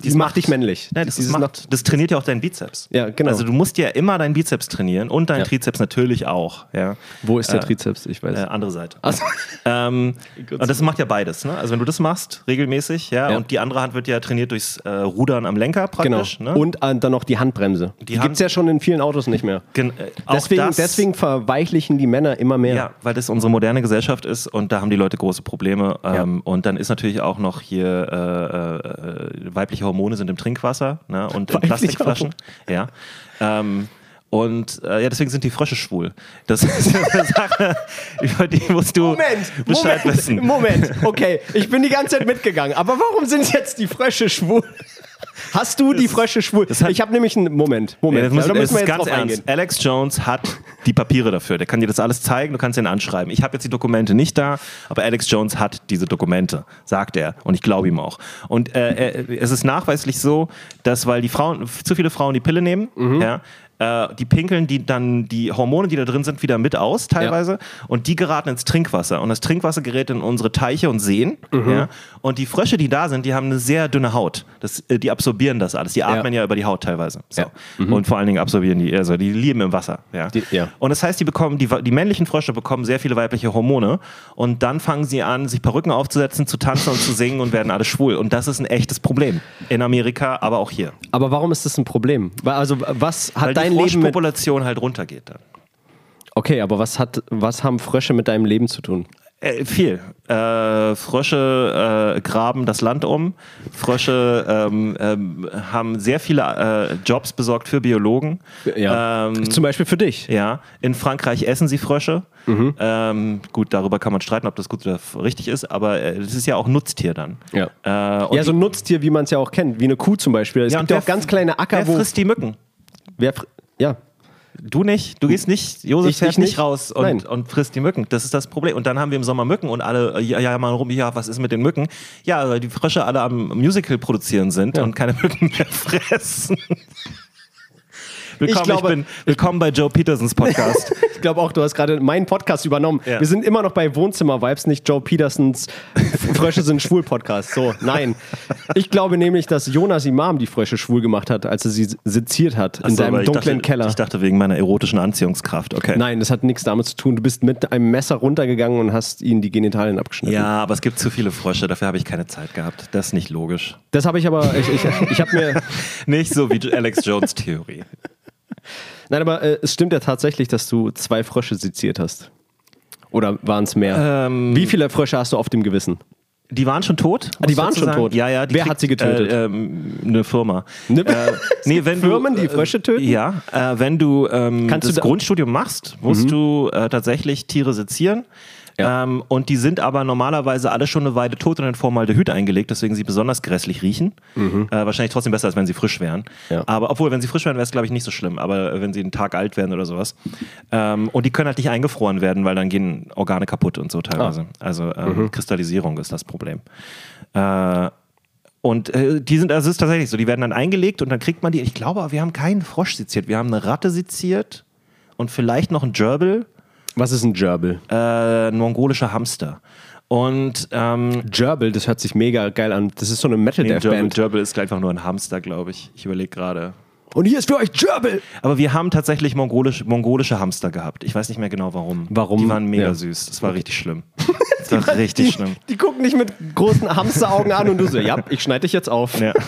A: die macht dich männlich.
B: Ja, das,
A: Dieses
B: ist macht,
A: macht-
B: das trainiert ja auch deinen Bizeps.
A: Ja, genau.
B: Also du musst ja immer deinen Bizeps trainieren und deinen
A: Ja.
B: Trizeps natürlich auch. Ja.
A: Wo ist der
B: Äh,
A: Trizeps? Ich weiß.
B: Äh, andere Seite.
A: Also,
B: Ähm, und das macht ja beides. Ne? Also wenn du das machst, regelmäßig, ja,
A: Ja.
B: und die andere Hand wird ja trainiert durchs äh, Rudern am Lenker
A: genau.
B: praktisch. Ne?
A: Und äh, dann noch die Handbremse. Die, gibt's
B: Hand-
A: gibt es ja schon in vielen Autos nicht mehr.
B: Gen äh, auch
A: Deswegen,
B: das-
A: deswegen verweichlichen die Männer immer mehr.
B: Ja, weil das unsere moderne Gesellschaft ist und da haben die Leute große Probleme. Ähm, Und dann ist natürlich auch noch hier äh, äh, äh, weibliche Hormone sind im Trinkwasser ne? und in
A: Weibliche
B: Plastikflaschen. Ja. Ähm, und äh, ja, deswegen sind die Frösche schwul. Das ist eine Sache, über die musst du Bescheid wissen.
A: Moment, okay. Ich bin die ganze Zeit mitgegangen. Aber warum sind jetzt die Frösche schwul? Hast du die Frösche schwul?
B: hat-
A: Ich habe nämlich einen Moment.
B: Ja,
A: Moment,
B: das muss,
A: da
B: es ist ganz ernst. Alex Jones hat die Papiere dafür. Der kann dir das alles zeigen, du kannst ihn anschreiben. Ich habe jetzt die Dokumente nicht da, aber Alex Jones hat diese Dokumente, sagt er. Und ich glaube ihm auch. Und äh, äh, es ist nachweislich so, dass weil die Frauen, zu viele Frauen die Pille nehmen, ja, äh, die pinkeln die dann die Hormone, die da drin sind, wieder mit aus teilweise und die geraten ins Trinkwasser und das Trinkwasser gerät in unsere Teiche und Seen ja, und die Frösche, die da sind, die haben eine sehr dünne Haut. Das, äh, die absorbieren das alles. Die atmen ja über die Haut teilweise. So.
A: Ja. Mhm.
B: Und vor allen Dingen absorbieren die, also die leben im Wasser. Ja.
A: Die- ja.
B: Und das heißt, die bekommen, die, wa- die männlichen Frösche bekommen sehr viele weibliche Hormone und dann fangen sie an, sich Perücken aufzusetzen, zu tanzen und zu singen und werden alle schwul. Und das ist ein echtes Problem. In Amerika, aber auch hier.
A: Aber warum ist das ein Problem? Weil, Also was hat
B: Weil
A: dein
B: die
A: Leben mit...
B: Froschpopulation halt runtergeht dann.
A: Okay, aber was, hat, was haben Frösche mit deinem Leben zu tun?
B: Äh, viel. Äh, Frösche äh, graben das Land um. Frösche ähm, ähm, haben sehr viele äh, Jobs besorgt für Biologen.
A: Ja.
B: Ähm,
A: Zum Beispiel für dich.
B: Ja, in Frankreich essen sie Frösche.
A: Mhm.
B: Ähm, gut, darüber kann man streiten, ob das gut oder f- richtig ist, aber äh, das ist ja auch Nutztier dann.
A: Ja.
B: Äh, und
A: Ja, so ein Nutztier, wie man es ja auch kennt, wie eine Kuh zum Beispiel. Es
B: Ja, und
A: gibt ja
B: wer
A: auch ganz kleine Acker,
B: wer
A: wo.
B: frisst die Mücken?
A: wer fr- ja,
B: Du nicht, du gehst nicht, Josef
A: Hm. Ich-
B: fährt
A: ich
B: nicht,
A: nicht.
B: raus
A: Nein.
B: und, und frisst die Mücken. Das ist das Problem. Und dann haben wir im Sommer Mücken und alle äh, ja, ja mal rum, ja, was ist mit den Mücken? Ja, weil die Frösche alle am Musical produzieren sind und keine Mücken mehr fressen. Willkommen, ich
A: glaube-
B: bin, willkommen bei Joe Petersons Podcast.
A: ich glaube auch, du hast gerade meinen Podcast übernommen.
B: Ja.
A: Wir sind immer noch bei Wohnzimmer-Vibes, nicht Joe Petersons Frösche sind schwul Podcast. So, nein. Ich glaube nämlich, dass Jonas Imam die Frösche schwul gemacht hat, als er sie seziert hat in
B: Achso, aber
A: seinem
B: ich
A: dunklen
B: dachte,
A: Keller.
B: Ich dachte wegen meiner erotischen Anziehungskraft, okay.
A: Nein, das hat nichts damit zu tun. Du bist mit einem Messer runtergegangen und hast ihnen die Genitalien abgeschnitten.
B: Ja, aber es gibt zu viele Frösche, dafür habe ich keine Zeit gehabt. Das ist nicht logisch.
A: Das habe ich aber. Ich, ich, ich habe mir.
B: Nicht so wie Alex Jones Theorie.
A: Nein, aber äh, es stimmt ja tatsächlich, dass du zwei Frösche seziert hast. Oder waren es mehr?
B: Ähm.
A: Wie viele Frösche hast du auf dem Gewissen?
B: Die waren schon tot?
A: die
B: musst du
A: waren
B: dazu
A: schon
B: sagen?
A: tot.
B: Ja, ja. die
A: Wer hat sie getötet?
B: Äh, ähm, eine Firma.
A: Ne-
B: Äh, nee, wenn
A: Firmen,
B: du,
A: die Frösche töten?
B: Ja, äh, wenn du ähm,
A: Kannst du
B: das
A: da- Mhm.
B: Grundstudium machst, musst du äh, tatsächlich Tiere sezieren.
A: Ja.
B: Ähm, und die sind aber normalerweise alle schon eine Weile tot und in Formaldehyd eingelegt, deswegen sie besonders grässlich riechen. Äh, wahrscheinlich trotzdem besser, als wenn sie frisch wären.
A: Mhm. Ja.
B: Aber obwohl, wenn sie frisch wären, wäre es, glaube ich, nicht so schlimm. Aber äh, wenn sie einen Tag alt wären oder sowas. Ähm, und die können halt nicht eingefroren werden, weil dann gehen Organe kaputt und so teilweise.
A: Ah.
B: Also ähm,
A: Mhm.
B: Kristallisierung ist das Problem. Äh, und äh, die sind, also es ist tatsächlich so, die werden dann eingelegt und dann kriegt man die. Ich glaube, wir haben keinen Frosch seziert. Wir haben eine Ratte seziert und vielleicht noch einen Gerbil,
A: Was ist ein Gerbil?
B: äh, ein mongolischer Hamster. Und ähm,
A: Gerbil, das hört sich mega geil an. Das ist so eine Metal
B: nee,
A: Death
B: Gerbil,
A: Band.
B: Gerbil ist einfach nur ein Hamster, glaube ich. Ich überlege gerade.
A: Und hier ist für euch Gerbil.
B: Aber wir haben tatsächlich mongolisch, mongolische Hamster gehabt. Ich weiß nicht mehr genau warum.
A: Warum?
B: Die waren mega
A: Ja.
B: süß. Das war richtig schlimm. Das war richtig schlimm.
A: Die gucken dich mit großen Hamsteraugen an und du so, ja, ich schneide dich jetzt auf.
B: Ja.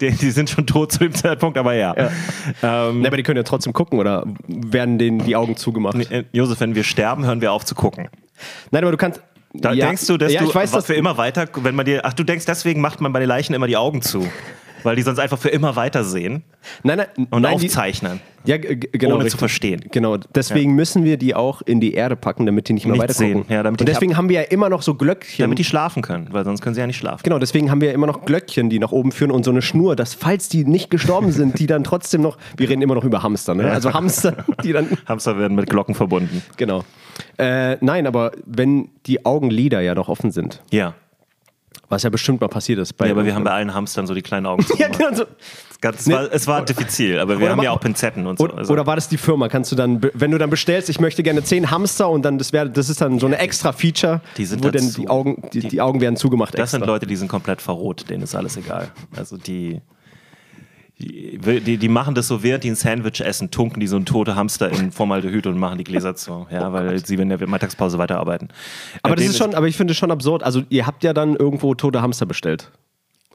B: Die, die sind schon tot zu dem Zeitpunkt, aber ja.
A: Nee, aber die können ja trotzdem gucken oder werden denen die Augen zugemacht.
B: Äh, Josef, wenn wir sterben, hören wir auf zu gucken.
A: Nein, aber du kannst.
B: Da
A: Ja.
B: denkst du, dass
A: ja,
B: du
A: ich weiß,
B: wa-
A: dass
B: für immer weiter, wenn man dir, ach du denkst, deswegen macht man bei den Leichen immer die Augen zu, weil die sonst einfach für immer weiter sehen
A: Nein, nein,
B: und
A: nein, die-
B: aufzeichnen,
A: Ja, g- g- genau.
B: ohne zu
A: richtig.
B: verstehen.
A: Genau, deswegen müssen wir die auch in die Erde packen, damit die nicht mehr
B: Nichts
A: weitergucken.
B: sehen, ja, damit die
A: und
B: nicht
A: deswegen haben wir ja immer noch so Glöckchen.
B: damit die schlafen können, weil sonst können sie ja nicht schlafen.
A: genau, deswegen haben wir ja immer noch Glöckchen, die nach oben führen und so eine Schnur, dass falls die nicht gestorben sind, die dann trotzdem noch, wir reden immer noch über Hamster, ne? Also Hamster, die dann,
B: Hamster werden mit Glocken verbunden.
A: genau. Äh, nein, aber wenn die Augenlider ja noch offen sind,
B: Ja.
A: was ja bestimmt mal passiert ist. Bei
B: ja, aber wir haben bei allen Hamstern so die kleinen Augen zu.
A: ja, genau so.
B: Ganz, es, war, es war diffizil, aber wir
A: Oder
B: haben ja
A: ma-
B: auch Pinzetten und so. Also
A: Oder, oder war das die Firma? Kannst du dann, be- wenn du dann bestellst, ich möchte gerne zehn Hamster und dann das wäre, das ist dann so eine extra Feature,
B: Die sind
A: wo denn
B: dazu-
A: die Augen, die, die Augen werden zugemacht.
B: das sind
A: extra.
B: Leute, die sind komplett verrot, denen ist alles egal. Also die. Die, die, die machen das so, während die ein Sandwich essen, tunken die so einen tote Hamster in Formaldehyd und machen die Gläser zu. Ja, weil sie in der Mittagspause weiterarbeiten.
A: Oh aber
B: Äh,
A: das
B: denen
A: ist schon, aber ich finde es schon absurd. Also ihr habt ja dann irgendwo tote Hamster bestellt,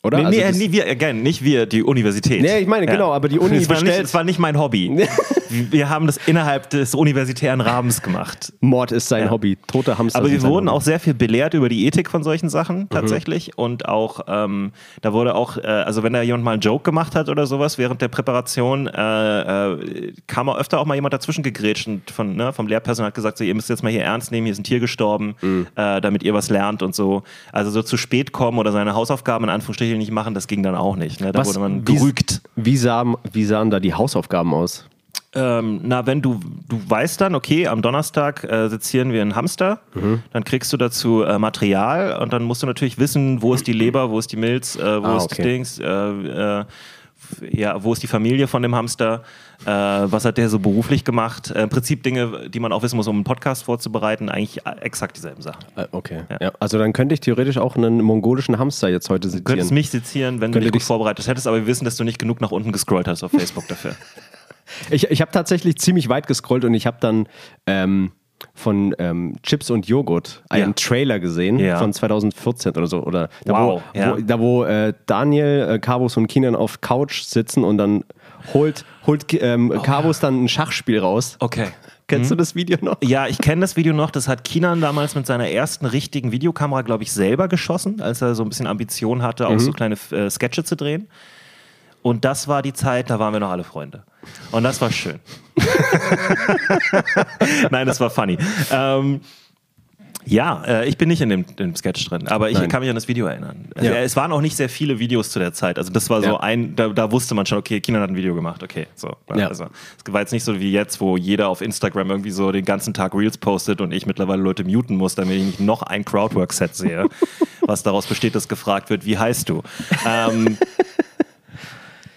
A: oder?
B: Nee,
A: also
B: nee,
A: das-
B: nee, wir, again, nicht wir, die Universität.
A: Nee, ich meine, genau, aber die Uni
B: es war, nicht,
A: bestellt-
B: es war nicht mein Hobby. wir haben das innerhalb des universitären Rahmens gemacht.
A: Mord ist sein Hobby, tote Hamster.
B: Aber
A: sind
B: wir
A: sein
B: wurden
A: Hobby.
B: auch sehr viel belehrt über die Ethik von solchen
A: Mhm.
B: Sachen tatsächlich. Und auch, ähm, da wurde auch, äh, also wenn da jemand mal einen Joke gemacht hat oder sowas während der Präparation, äh, äh, kam auch öfter auch mal jemand dazwischen gegrätscht und von, ne, vom Lehrpersonal hat gesagt, so, ihr müsst jetzt mal hier ernst nehmen, hier ist ein Tier gestorben,
A: Mhm.
B: äh, damit ihr was lernt und so. Also so zu spät kommen oder seine Hausaufgaben in Anführungsstrichen nicht machen, das ging dann auch nicht. Ne? Da
A: Was-
B: wurde man
A: wie-
B: gerügt.
A: Wie sahen, wie sahen da die Hausaufgaben aus?
B: Ähm, na, wenn du, du weißt dann, okay, am Donnerstag äh, sezieren wir einen Hamster,
A: Mhm.
B: dann kriegst du dazu äh, Material und dann musst du natürlich wissen, wo ist die Leber, wo ist die Milz, äh, wo
A: Ah,
B: ist
A: okay.
B: Dings, äh, äh, f- ja, wo ist die Familie von dem Hamster, äh, was hat der so beruflich gemacht. Äh, Im Prinzip Dinge, die man auch wissen muss, um einen Podcast vorzubereiten, eigentlich äh, exakt dieselben Sachen. Du
A: Äh, okay. Ja. also dann könnte ich theoretisch auch einen mongolischen Hamster jetzt heute
B: könntest
A: sezieren.
B: mich sezieren, wenn du
A: Könnte
B: dich gut
A: dich-
B: vorbereitet hättest, aber wir wissen, dass du nicht genug nach unten gescrollt hast auf Facebook dafür.
A: Ich, ich habe tatsächlich ziemlich weit gescrollt und ich habe dann ähm, von ähm, Chips und Joghurt einen
B: Ja.
A: Trailer gesehen
B: Ja.
A: von 2014 oder so. Oder da,
B: Wow,
A: wo,
B: ja.
A: wo, da wo äh, Daniel, äh, Cabos und Kinan auf
B: Oh.
A: Couch sitzen und dann holt, holt ähm, Cabos dann ein Schachspiel raus.
B: Okay.
A: Kennst du das Video noch?
B: Ja, Oh. Mhm. ich kenne das Video noch. Das hat Kinan damals mit seiner ersten richtigen Videokamera, glaube ich, selber geschossen, als er so ein bisschen Ambition hatte, auch
A: Mhm.
B: so kleine äh, Sketche zu drehen. Und das war die Zeit, da waren wir noch alle Freunde. Und das war schön. Nein, das war funny. Ähm, ja, äh, ich bin nicht in dem, dem Sketch drin, aber ich
A: Nein.
B: kann mich an das Video erinnern.
A: Ja.
B: Äh, Es waren auch nicht sehr viele Videos zu der Zeit. Also das war so
A: Ja.
B: ein, da, da wusste man schon, okay, Kinan hat ein Video gemacht, okay. So,
A: Ja.
B: also, es war jetzt nicht so wie jetzt, wo jeder auf Instagram irgendwie so den ganzen Tag Reels postet und ich mittlerweile Leute muten muss, damit ich nicht noch ein Crowdwork-Set sehe, was daraus besteht, dass gefragt wird, wie heißt du? Ähm,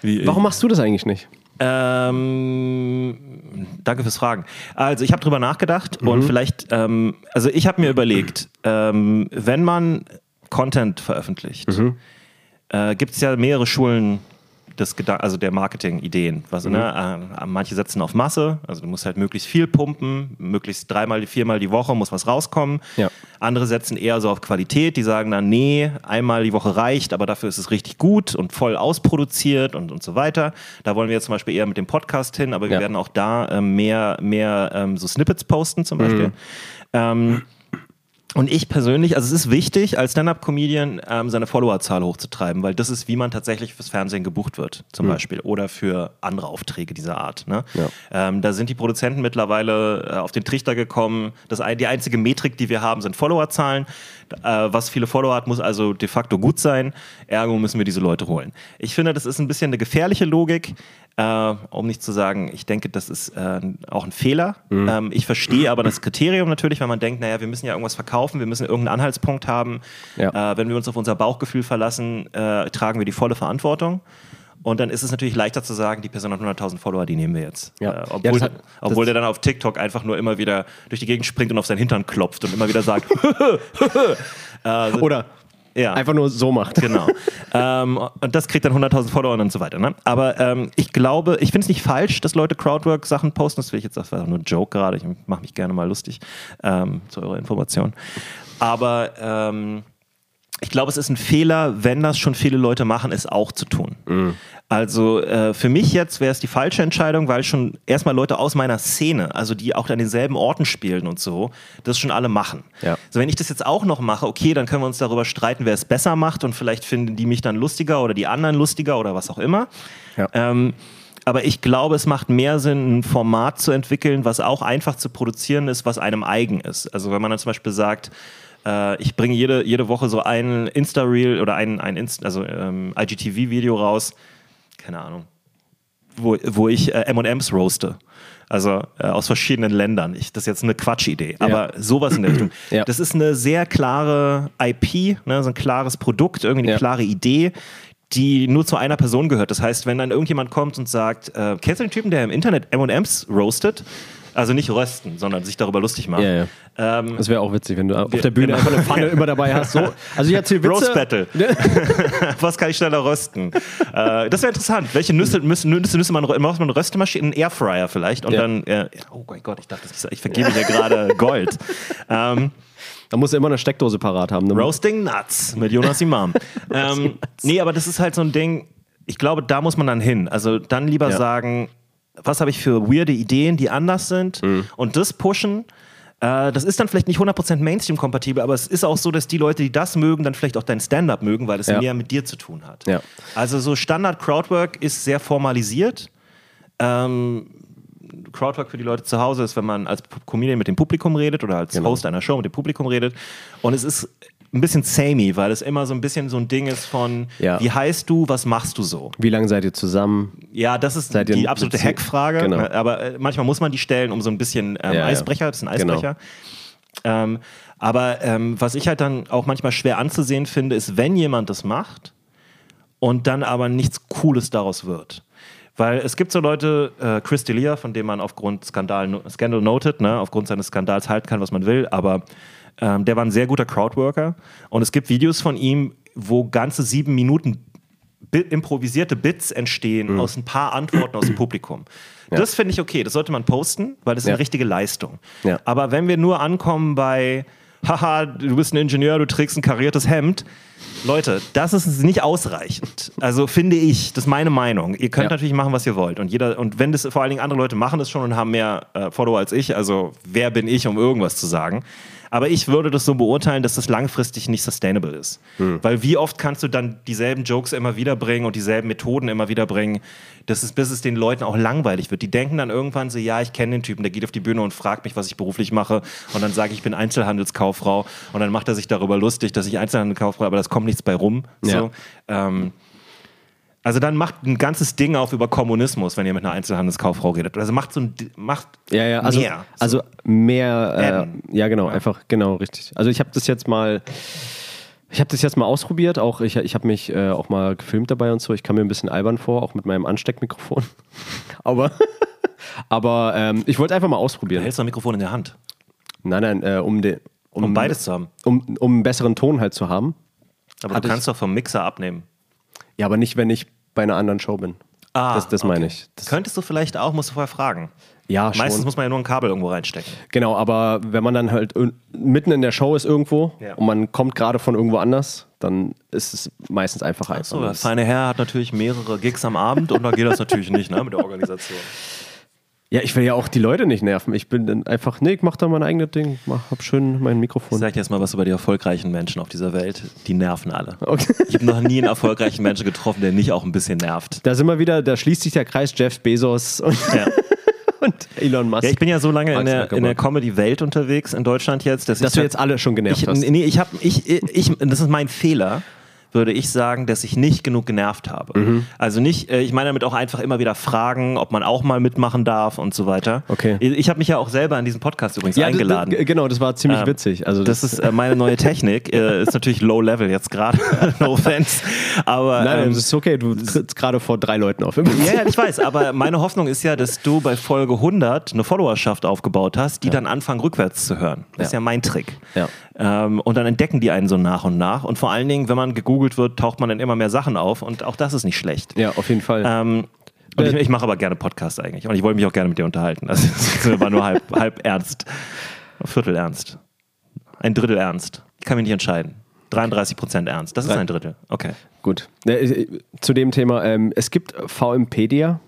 B: wie,
A: Warum machst du das eigentlich nicht?
B: ähm, danke fürs Fragen. Also ich habe drüber nachgedacht und vielleicht, ähm, also ich habe mir überlegt, ähm, wenn man Content veröffentlicht, äh, gibt es ja mehrere Schulen des Gedan also der Marketing-Ideen. Was, ne? äh, manche setzen auf Masse, also du musst halt möglichst viel pumpen, möglichst dreimal, viermal die Woche muss was rauskommen.
A: Ja.
B: Andere setzen eher so auf Qualität, die sagen dann, nee, einmal die Woche reicht, aber dafür ist es richtig gut und voll ausproduziert und, und so weiter. Da wollen wir jetzt zum Beispiel eher mit dem Podcast hin, aber wir
A: Ja.
B: werden auch da ähm, mehr, mehr ähm, so Snippets posten zum Beispiel. Ähm, und ich persönlich, also es ist wichtig, als Stand-Up-Comedian ähm, seine Followerzahl hochzutreiben, weil das ist, wie man tatsächlich fürs Fernsehen gebucht wird, zum Beispiel, oder für andere Aufträge dieser Art. Ne?
A: Ja.
B: Ähm, da sind die Produzenten mittlerweile äh, auf den Trichter gekommen. Das, ein- die einzige Metrik, die wir haben, sind Followerzahlen. Äh, was viele Follower hat, muss also de facto gut sein. Ergo müssen wir diese Leute holen. Ich finde, das ist ein bisschen eine gefährliche Logik, äh, um nicht zu sagen, ich denke, das ist äh, auch ein Fehler.
A: Mhm.
B: Ähm, ich verstehe aber das Kriterium natürlich, wenn man denkt, naja, wir müssen ja irgendwas verkaufen, wir müssen irgendeinen Anhaltspunkt haben.
A: Ja.
B: Äh, wenn wir uns auf unser Bauchgefühl verlassen, äh, tragen wir die volle Verantwortung. Und dann ist es natürlich leichter zu sagen, die Person hat 100.000 Follower, die nehmen wir jetzt.
A: Ja.
B: Äh,
A: Ja,
B: obwohl
A: das hat-
B: obwohl
A: das-
B: der dann auf TikTok einfach nur immer wieder durch die Gegend springt und auf seinen Hintern klopft und immer wieder sagt,
A: Oder
B: ja.
A: einfach nur so macht.
B: Genau. ähm, und das kriegt dann 100.000 Follower und so weiter. Ne? Aber ähm, ich glaube, ich finde es nicht falsch, dass Leute Crowdwork-Sachen posten. Das will ich jetzt, das war nur ein Joke gerade. Ich mache mich gerne mal lustig ähm, zu eurer Information. Aber ähm, ich glaube, es ist ein Fehler, wenn das schon viele Leute machen, es auch zu tun. Also äh, für mich jetzt wäre es die falsche Entscheidung, weil schon erstmal Leute aus meiner Szene, also die auch an denselben Orten spielen und so, das schon alle machen.
A: Ja.
B: So, wenn ich das jetzt auch noch mache, okay, dann können wir uns darüber streiten, wer es besser macht und vielleicht finden die mich dann lustiger oder die anderen lustiger oder was auch immer.
A: Ja.
B: Ähm, aber ich glaube, es macht mehr Sinn, ein Format zu entwickeln, was auch einfach zu produzieren ist, was einem eigen ist. Also wenn man dann zum Beispiel sagt, äh, ich bringe jede, jede Woche so ein Insta-Reel oder ein, ein Inst also ähm, IGTV-Video raus, keine Ahnung, wo, wo ich äh, M&M's roaste. Also äh, aus verschiedenen Ländern. Ich, das ist jetzt eine Quatschidee, aber sowas in der Richtung.
A: Ja.
B: Das ist eine sehr klare IP, ne, so ein klares Produkt, irgendwie eine
A: Ja.
B: klare Idee, die nur zu einer Person gehört. Das heißt, wenn dann irgendjemand kommt und sagt, äh, kennst du den Typen, der im Internet M&M's roastet? Also nicht rösten, sondern sich darüber lustig macht.
A: Ja, ja.
B: Ähm,
A: Das wäre auch witzig, wenn du auf der Bühne einfach eine Pfanne immer dabei hast. So. Also ich erzähle Witze. Ne?
B: Roast Battle. Was kann ich schneller rösten? äh, das wäre interessant. Welche Nüsse müssen Nüsse, Nüsse man, rö- muss man Röstmaschine, einen Airfryer vielleicht und
A: Ja.
B: dann. Äh, oh mein Gott, ich dachte, das ist- ich vergebe hier gerade Gold. Ähm,
A: Da musst du immer eine Steckdose parat haben. ne?
B: Roasting Nuts mit Jonas Imam. ähm, nee, aber das ist halt so ein Ding, ich glaube, da muss man dann hin. Also dann lieber
A: Ja.
B: sagen, was habe ich für weirde Ideen, die anders sind
A: Mhm.
B: und das pushen. Äh, Das ist dann vielleicht nicht 100% Mainstream-kompatibel, aber es ist auch so, dass die Leute, die das mögen, dann vielleicht auch dein Stand-up mögen, weil es
A: Ja.
B: mehr mit dir zu tun hat.
A: Ja.
B: Also so Standard-Crowdwork ist sehr formalisiert. Crowdwork für die Leute zu Hause ist, wenn man als P- Comedian mit dem Publikum redet oder als Host einer Show mit dem Publikum redet. Und es ist ein bisschen samey, weil es immer so ein bisschen so ein Ding ist von,
A: Ja.
B: wie heißt du, was machst du so?
A: Wie lange seid ihr zusammen?
B: Ja, das ist
A: Seid ihr
B: die
A: ein
B: absolute
A: Bezie-
B: Hackfrage.
A: Genau.
B: Aber äh, manchmal muss man die stellen, um so ein bisschen
A: Ja,
B: ähm,
A: ja.
B: Eisbrecher, das ist ein
A: Genau.
B: Eisbrecher. Ähm, aber ähm, was ich halt dann auch manchmal schwer anzusehen finde, ist, wenn jemand das macht und dann aber nichts Cooles daraus wird. Weil es gibt so Leute, äh, Chris D'Elia, von dem man aufgrund Skandal, Scandal Noted, ne, aufgrund seines Skandals halten kann, was man will, aber ähm, der war ein sehr guter Crowdworker und es gibt Videos von ihm, wo ganze sieben Minuten Bi improvisierte Bits entstehen
A: Mhm.
B: aus ein paar Antworten aus dem Publikum. Das finde ich okay, das sollte man posten, weil das ist
A: Ja.
B: eine richtige Leistung.
A: Ja.
B: Aber wenn wir nur ankommen bei, haha, du bist ein Ingenieur, du trägst ein kariertes Hemd, Leute, das ist nicht ausreichend. Also finde ich, das ist meine Meinung. Ihr könnt
A: Ja.
B: natürlich machen, was ihr wollt. Und jeder, und wenn das vor allen Dingen andere Leute machen das schon und haben mehr äh, Follower als ich, also wer bin ich, um irgendwas zu sagen? Aber ich würde das so beurteilen, dass das langfristig nicht sustainable ist.
A: Hm.
B: Weil wie oft kannst du dann dieselben Jokes immer wieder bringen und dieselben Methoden immer wieder bringen, dass es, bis es den Leuten auch langweilig wird. Die denken dann irgendwann so, ja, ich kenne den Typen, der geht auf die Bühne und fragt mich, was ich beruflich mache. Und dann sage ich, ich bin Einzelhandelskauffrau. Und dann macht er sich darüber lustig, dass ich Einzelhandelskauffrau, aber das kommt nichts bei rum. So. Ähm, also dann macht ein ganzes Ding auf über Kommunismus, wenn ihr mit einer Einzelhandelskauffrau redet. Also macht so ein, macht
A: Ja, ja, also mehr.
B: mehr.
A: Also mehr
B: Adden.
A: äh, ja, genau, einfach, genau, richtig. Also ich habe das jetzt mal, ich habe das jetzt mal ausprobiert, auch ich, ich habe mich äh, auch mal gefilmt dabei und so. Ich kam mir ein bisschen albern vor, auch mit meinem Ansteckmikrofon. aber aber ähm, ich wollte einfach mal
B: Du
A: ausprobieren.
B: hältst du ein Mikrofon in der Hand,
A: Nein, nein, äh, um den. Um,
B: um beides zu haben.
A: Um, um einen besseren Ton halt zu haben.
B: Aber
A: Hatte
B: du
A: ich-
B: kannst doch vom Mixer abnehmen.
A: Ja, aber nicht, wenn ich bei einer anderen Show bin.
B: Ah,
A: das das meine ich. Das,
B: Könntest du vielleicht auch, musst du vorher fragen.
A: ja, schon.
B: Meistens muss man ja nur ein Kabel irgendwo reinstecken.
A: Genau, aber wenn man dann halt in- mitten in der Show ist irgendwo
B: Ja.
A: und man kommt gerade von irgendwo anders, dann ist es meistens einfacher. einfach.
B: So, der feine Herr hat natürlich mehrere Gigs am Abend und da geht das natürlich nicht, ne, mit der Organisation.
A: ja, ich will ja auch die Leute nicht nerven. Ich bin dann einfach, nee, ich mach da mein eigenes Ding, mach, hab schön mein
B: Ich
A: Mikrofon.
B: sag dir jetzt mal was über die erfolgreichen Menschen auf dieser Welt. Die nerven alle.
A: Okay.
B: Ich habe noch nie einen erfolgreichen Menschen getroffen, der nicht auch ein bisschen nervt.
A: Da sind wir wieder, da schließt sich der Kreis Jeff Bezos und,
B: Ja.
A: und Elon Musk.
B: Ja, ich bin ja so lange in
A: Mark
B: der, in der
A: Zuckerberg.
B: Comedy-Welt unterwegs in Deutschland jetzt, dass,
A: dass
B: ich
A: du jetzt alle schon genervt
B: Ich,
A: hast.
B: nee, ich habe, ich, ich, das ist mein Fehler, würde ich sagen, dass ich nicht genug genervt habe.
A: Mhm.
B: Also nicht, äh, ich meine damit auch einfach immer wieder fragen, ob man auch mal mitmachen darf und so weiter.
A: Okay.
B: Ich, ich habe mich ja auch selber in diesen Podcast übrigens
A: Ja, das-
B: eingeladen.
A: Das, genau, das war ziemlich
B: Ähm,
A: witzig. Also
B: das ist äh, meine neue Technik. äh, ist natürlich low level jetzt gerade. no offense. Aber
A: nein,
B: ähm,
A: das ist okay, du trittst gerade vor drei Leuten auf.
B: ja, ja, ich weiß, aber meine Hoffnung ist ja, dass du bei Folge 100 eine Followerschaft aufgebaut hast, die dann anfangen rückwärts zu hören. Das ist
A: Ja.
B: ja mein Trick.
A: Ja.
B: Ähm, und dann entdecken die einen so nach und nach. Und vor allen Dingen, wenn man gegoogelt wird, taucht man dann immer mehr Sachen auf. Und auch das ist nicht schlecht.
A: ja, auf jeden Fall.
B: Ähm, und ich, ich mache aber gerne Podcasts eigentlich. Und ich wollte mich auch gerne mit dir unterhalten. Also, das war nur halb, halb ernst. Viertel ernst. Ein Drittel ernst. Ich kann mich nicht entscheiden. 33 Prozent ernst. Das ist ein Drittel. Okay.
A: Gut. Ne, äh, Zu dem Thema, ähm, es gibt VMpedia.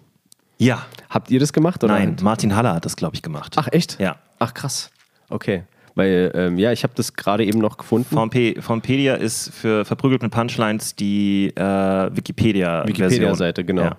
B: Ja.
A: Habt ihr das gemacht? Oder
B: Nein, Martin Haller hat das, glaube ich, gemacht.
A: Ach, echt?
B: Ja.
A: Ach, krass. Okay. Weil, ähm, ja, ich habe das gerade eben noch gefunden.
B: VMP, VMpedia ist für verprügelt mit Punchlines die äh, Wikipedia.
A: Wikipedia-Seite, genau.
B: Ja.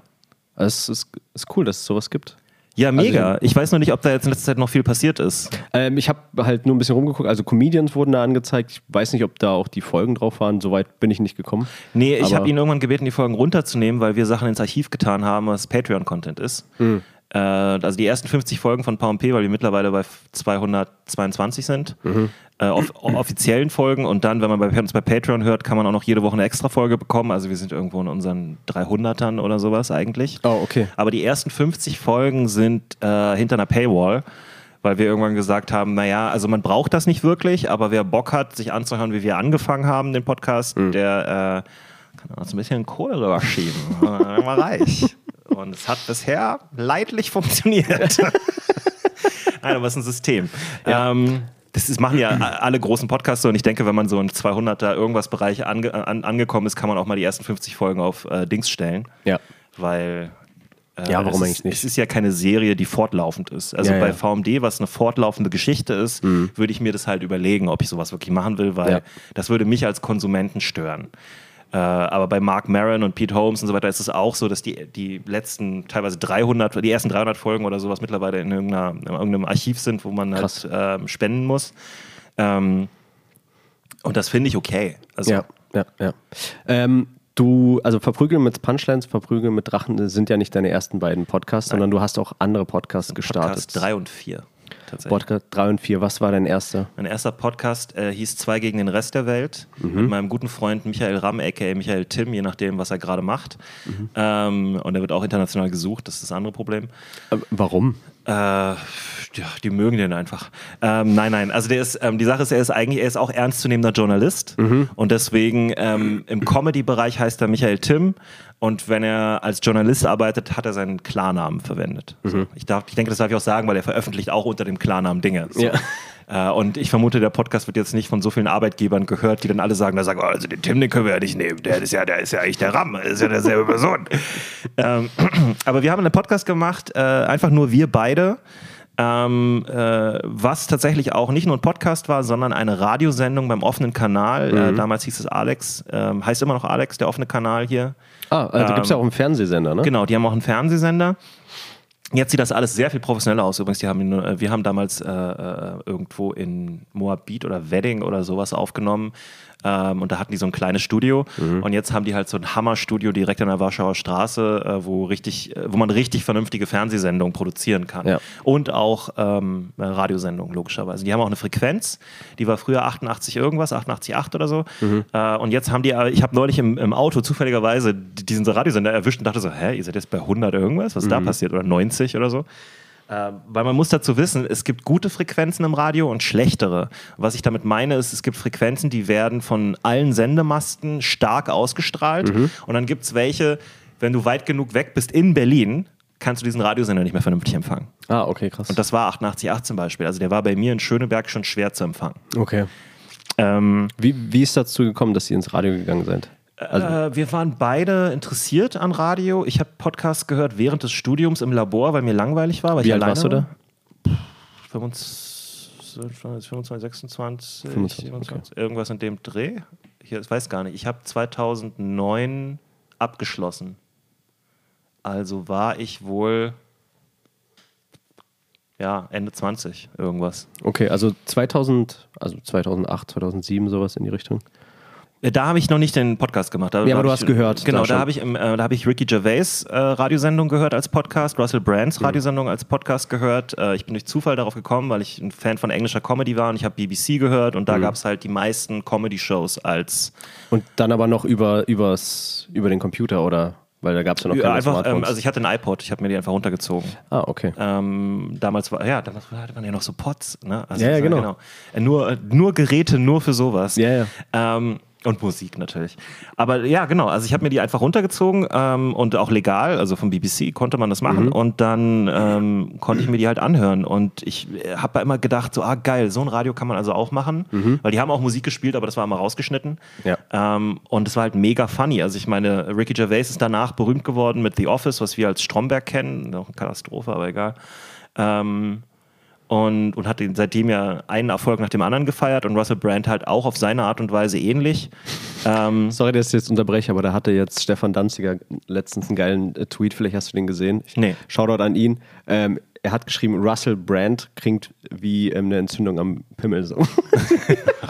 A: Also es ist, ist cool, dass es sowas gibt.
B: ja, mega.
A: Also-
B: ich weiß noch nicht, ob da jetzt in letzter Zeit noch viel passiert ist.
A: Ähm, ich habe halt nur ein bisschen rumgeguckt. Also Comedians wurden da angezeigt. Ich weiß nicht, ob da auch die Folgen drauf waren. Soweit bin ich nicht gekommen.
B: Nee, ich
A: Aber-
B: habe ihn irgendwann gebeten, die Folgen runterzunehmen, weil wir Sachen ins Archiv getan haben, was Patreon-Content ist.
A: Hm.
B: Äh, also die ersten 50 Folgen von PMP, weil wir mittlerweile bei 222 sind,
A: Mhm.
B: äh, off offiziellen Folgen. Und dann, wenn man bei, uns bei Patreon hört, kann man auch noch jede Woche eine extra Folge bekommen. Also wir sind irgendwo in unseren 300ern oder sowas eigentlich.
A: Oh, okay.
B: Aber die ersten 50 Folgen sind äh, hinter einer Paywall, weil wir irgendwann gesagt haben, naja, also man braucht das nicht wirklich, aber wer Bock hat, sich anzuhören, wie wir angefangen haben, den Podcast,
A: Hm.
B: der äh, kann uns ein bisschen Kohle rüber schieben. Dann war reich. Und es hat bisher leidlich funktioniert. Nein, aber es ist ein System. Ähm, das ist, machen ja a- alle großen Podcasts so und ich denke, wenn man so in 200er irgendwas Bereich ange, an, angekommen ist, kann man auch mal die ersten 50 Folgen auf äh, Dings stellen
A: Ja.
B: weil äh,
A: Ja, warum
B: es
A: eigentlich
B: ist,
A: nicht?
B: Es ist ja keine Serie, die fortlaufend ist. Also
A: Ja,
B: bei
A: ja.
B: VMD, was eine fortlaufende Geschichte ist, würde ich mir das halt überlegen, ob ich sowas wirklich machen will, weil
A: Ja.
B: das würde mich als Konsumenten stören. Äh, aber bei Mark Maron und Pete Holmes und so weiter ist es auch so, dass die, die letzten teilweise 300, die ersten 300 Folgen oder sowas mittlerweile in, irgendeiner, in irgendeinem Archiv sind, wo man
A: Krass.
B: halt ähm, spenden muss. Ähm, und das finde ich okay. Also,
A: Ja, ja, ja. Ähm, du, also Verprügeln mit Punchlines, Verprügeln mit Drachen sind ja nicht deine ersten beiden Podcasts, sondern du hast auch andere Podcasts gestartet.
B: Podcast 3 und 4. Tatsächlich.
A: Podcast 3 und 4, was war dein erster?
B: Mein erster Podcast äh, hieß Zwei gegen den Rest der Welt
A: Mhm.
B: mit meinem guten Freund Michael Ramm, a.k.a. Michael Tim, je nachdem, was er gerade macht.
A: Mhm.
B: Ähm, und er wird auch international gesucht, das ist das andere Problem.
A: warum?
B: Äh, ja, die mögen den einfach. Ähm, nein, nein, also der ist, ähm, die Sache ist, er ist eigentlich, er ist auch ernstzunehmender Journalist und deswegen ähm, im Comedy-Bereich heißt er Michael Tim und wenn er als Journalist arbeitet, hat er seinen Klarnamen verwendet. So. Ich, darf, ich denke, das darf ich auch sagen, weil er veröffentlicht auch unter dem Klarnamen Dinge. So.
A: Ja.
B: Äh, und ich vermute, der Podcast wird jetzt nicht von so vielen Arbeitgebern gehört, die dann alle sagen, da sagen, oh, also den Tim, den können wir ja nicht nehmen. Der ist ja, der ist ja eigentlich der Ramm, ist ja derselbe Person. ähm, aber wir haben einen Podcast gemacht, äh, einfach nur wir beide. Ähm, äh, was tatsächlich auch nicht nur ein Podcast war, sondern eine Radiosendung beim offenen Kanal. Äh, damals hieß es Alex, ähm, heißt immer noch Alex, der offene Kanal hier.
A: Ah, also gibt's
B: Ähm.
A: ja auch einen Fernsehsender, ne?
B: Genau, die haben auch einen Fernsehsender. Jetzt sieht das alles sehr viel professioneller aus. Übrigens, die haben, nur- äh, wir haben damals äh, äh, irgendwo in Moabit oder Wedding oder sowas aufgenommen. Ähm, und da hatten die so ein kleines Studio. Und jetzt haben die halt so ein Hammerstudio direkt an der Warschauer Straße, äh, wo, richtig, äh, wo man richtig vernünftige Fernsehsendungen produzieren kann.
A: Ja.
B: Und auch ähm, äh, Radiosendungen, logischerweise. Die haben auch eine Frequenz, die war früher 88 irgendwas, 88,8 oder so. Äh, und jetzt haben die, äh, ich habe neulich im, im Auto zufälligerweise d- diesen Radiosender erwischt und dachte so, hä, ihr seid jetzt bei 100 irgendwas, was ist da passiert? Oder 90 oder so. Äh, Weil man muss dazu wissen, es gibt gute Frequenzen im Radio und schlechtere. Was ich damit meine, ist, es gibt Frequenzen, die werden von allen Sendemasten stark ausgestrahlt. Und dann gibt es welche, wenn du weit genug weg bist in Berlin, kannst du diesen Radiosender nicht mehr vernünftig empfangen.
A: Ah, okay, krass.
B: Und das war 88,8 zum Beispiel. Also der war bei mir in Schöneberg schon schwer zu empfangen.
A: okay. wie, wie ist dazu gekommen, dass ihr ins Radio gegangen seid?
B: Ähm. äh, wir waren beide interessiert an Radio. Ich habe Podcasts gehört während des Studiums im Labor, weil mir langweilig war. Weil
A: Wie
B: ich
A: alt
B: alleine
A: warst du da?
B: war. Pff, 25, 25 26,
A: 25,
B: 27, irgendwas in dem Dreh. Ich ich weiß gar nicht. Ich habe 2009 abgeschlossen. Also war ich wohl ja, Ende 20 irgendwas.
A: Okay, also 2000, also 2008, 2007 sowas in die Richtung.
B: Äh, Da habe ich noch nicht den Podcast gemacht. Da,
A: Ja, aber
B: da
A: du
B: hab
A: hast
B: ich,
A: gehört, da
B: Genau, da
A: schon.
B: habe ich, im, äh, da hab ich Ricky Gervais äh, Radiosendung gehört als Podcast, Russell Brands Radiosendung als Podcast gehört. Äh, ich bin durch Zufall darauf gekommen, weil ich ein Fan von englischer Comedy war und ich habe BBC gehört
A: Mhm.
B: und da gab es halt die meisten Comedy-Shows als
A: Und dann aber noch über, übers, über den Computer, oder? Weil da gab es ja noch keine
B: einfach, ähm,
A: Smartphones.
B: also ich hatte ein iPod, ich habe mir die einfach runtergezogen.
A: ah, okay.
B: Ähm, damals war, ja, damals hatte man ja noch so Pods, ne? Also,
A: Ja, ja, genau.
B: Äh, Nur, äh, nur Geräte, nur für sowas.
A: Ja, ja.
B: Ähm, und Musik natürlich. Aber ja, genau. Also ich habe mir die einfach runtergezogen ähm, und auch legal, also vom BBC konnte man das machen. Und dann ähm, konnte ich mir die halt anhören. Und ich habe immer gedacht, so, ah geil, so ein Radio kann man also auch machen. Weil die haben auch Musik gespielt, aber das war immer rausgeschnitten.
A: Ja.
B: Ähm, und es war halt mega funny. Also ich meine, Ricky Gervais ist danach berühmt geworden mit The Office, was wir als Stromberg kennen. Noch eine Katastrophe, aber egal. Ähm, und, und hat den seitdem ja einen Erfolg nach dem anderen gefeiert und Russell Brand halt auch auf seine Art und Weise ähnlich. Ähm,
A: Sorry, dass ich jetzt unterbreche, aber da hatte jetzt Stefan Danziger letztens einen geilen äh, Tweet, vielleicht hast du den gesehen. Ich-
B: Nee.
A: Shoutout an ihn. Ähm, er hat geschrieben, Russell Brand klingt wie ähm, eine Entzündung am Pimmel. So.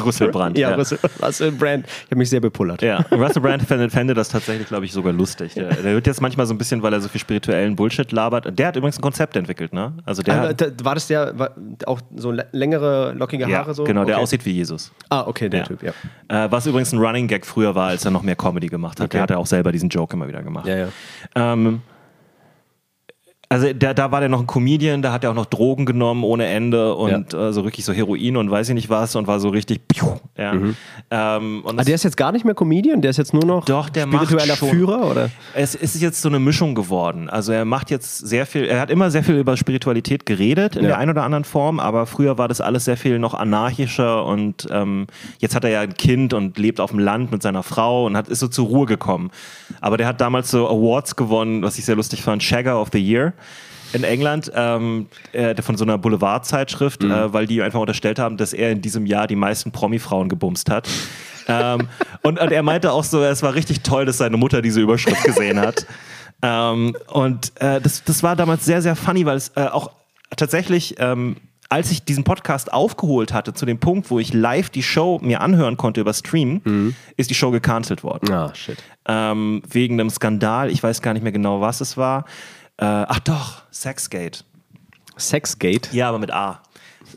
B: Russell Brand.
A: ja, Russell, Russell Brand. Ich habe mich sehr bepullert.
B: Ja, Russell Brand fände, fände das tatsächlich, glaube ich, sogar lustig. Der, der wird jetzt manchmal so ein bisschen, weil er so viel spirituellen Bullshit labert. Der hat übrigens ein Konzept entwickelt, ne? Also der,
A: Ah, da, war das der, war auch so lä- längere, lockige
B: ja,
A: Haare? so?
B: genau, der
A: Okay.
B: aussieht wie Jesus.
A: Ah, okay, der
B: Ja.
A: Typ, ja.
B: Äh, was übrigens ein Running Gag früher war, als er noch mehr Comedy gemacht hat.
A: Okay.
B: Der hat ja auch selber diesen Joke immer wieder gemacht.
A: Ja, ja.
B: Ähm, also da, da war der noch ein Comedian, da hat er auch noch Drogen genommen ohne Ende und äh, so richtig so Heroin und weiß ich nicht was und war so richtig. Piu, ja. ähm, und
A: Mhm. Ah,
B: das-
A: der ist jetzt gar nicht mehr Comedian, der ist jetzt nur noch
B: Doch, der macht
A: spiritueller
B: schon.
A: Führer, oder?
B: Äh, Es ist jetzt so eine Mischung geworden. Also er macht jetzt sehr viel, er hat immer sehr viel über Spiritualität geredet in
A: Ja.
B: der einen oder anderen Form, aber früher war das alles sehr viel noch anarchischer und ähm, jetzt hat er ja ein Kind und lebt auf dem Land mit seiner Frau und hat, ist so zur Ruhe gekommen. Aber der hat damals so Awards gewonnen, was ich sehr lustig fand, Shagger of the Year. In England, ähm, äh, von so einer Boulevardzeitschrift, äh, weil die einfach unterstellt haben, dass er in diesem Jahr die meisten Promi-Frauen gebumst hat. ähm, und, und er meinte auch so, es war richtig toll, dass seine Mutter diese Überschrift gesehen hat. ähm, und äh, das, das war damals sehr, sehr funny, weil es äh, auch tatsächlich, ähm, als ich diesen Podcast aufgeholt hatte, zu dem Punkt, wo ich live die Show mir anhören konnte über Stream, ist die Show gecancelt worden
A: Ah, shit.
B: ähm, wegen einem Skandal. Ich weiß gar nicht mehr genau, was es war. Äh, ach doch, Sexgate.
A: Sexgate?
B: Ja, aber mit A.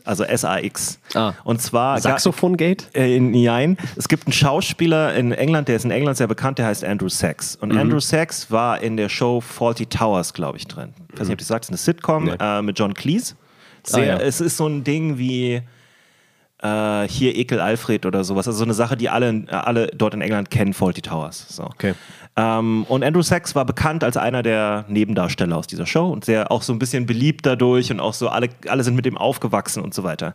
B: Also S-A-X.
A: Ah.
B: Und zwar.
A: Saxophongate?
B: Äh, in Nein. Es gibt einen Schauspieler in England, der ist in England sehr bekannt, der heißt Andrew Sachs. Und
A: Mhm.
B: Andrew Sachs war in der Show Faulty Towers, glaube ich, drin. Ich weiß nicht, ob ich das sagst, eine Sitcom
A: Mhm. Nee.
B: äh, mit John Cleese. Sehr,
A: Ah, ja.
B: Es ist so ein Ding wie äh, hier Ekel Alfred oder sowas. Also so eine Sache, die alle, äh, alle dort in England kennen, Faulty Towers. So.
A: Okay.
B: Ähm, und Andrew Sachs war bekannt als einer der Nebendarsteller aus dieser Show und sehr auch so ein bisschen beliebt dadurch und auch so alle, alle sind mit ihm aufgewachsen und so weiter.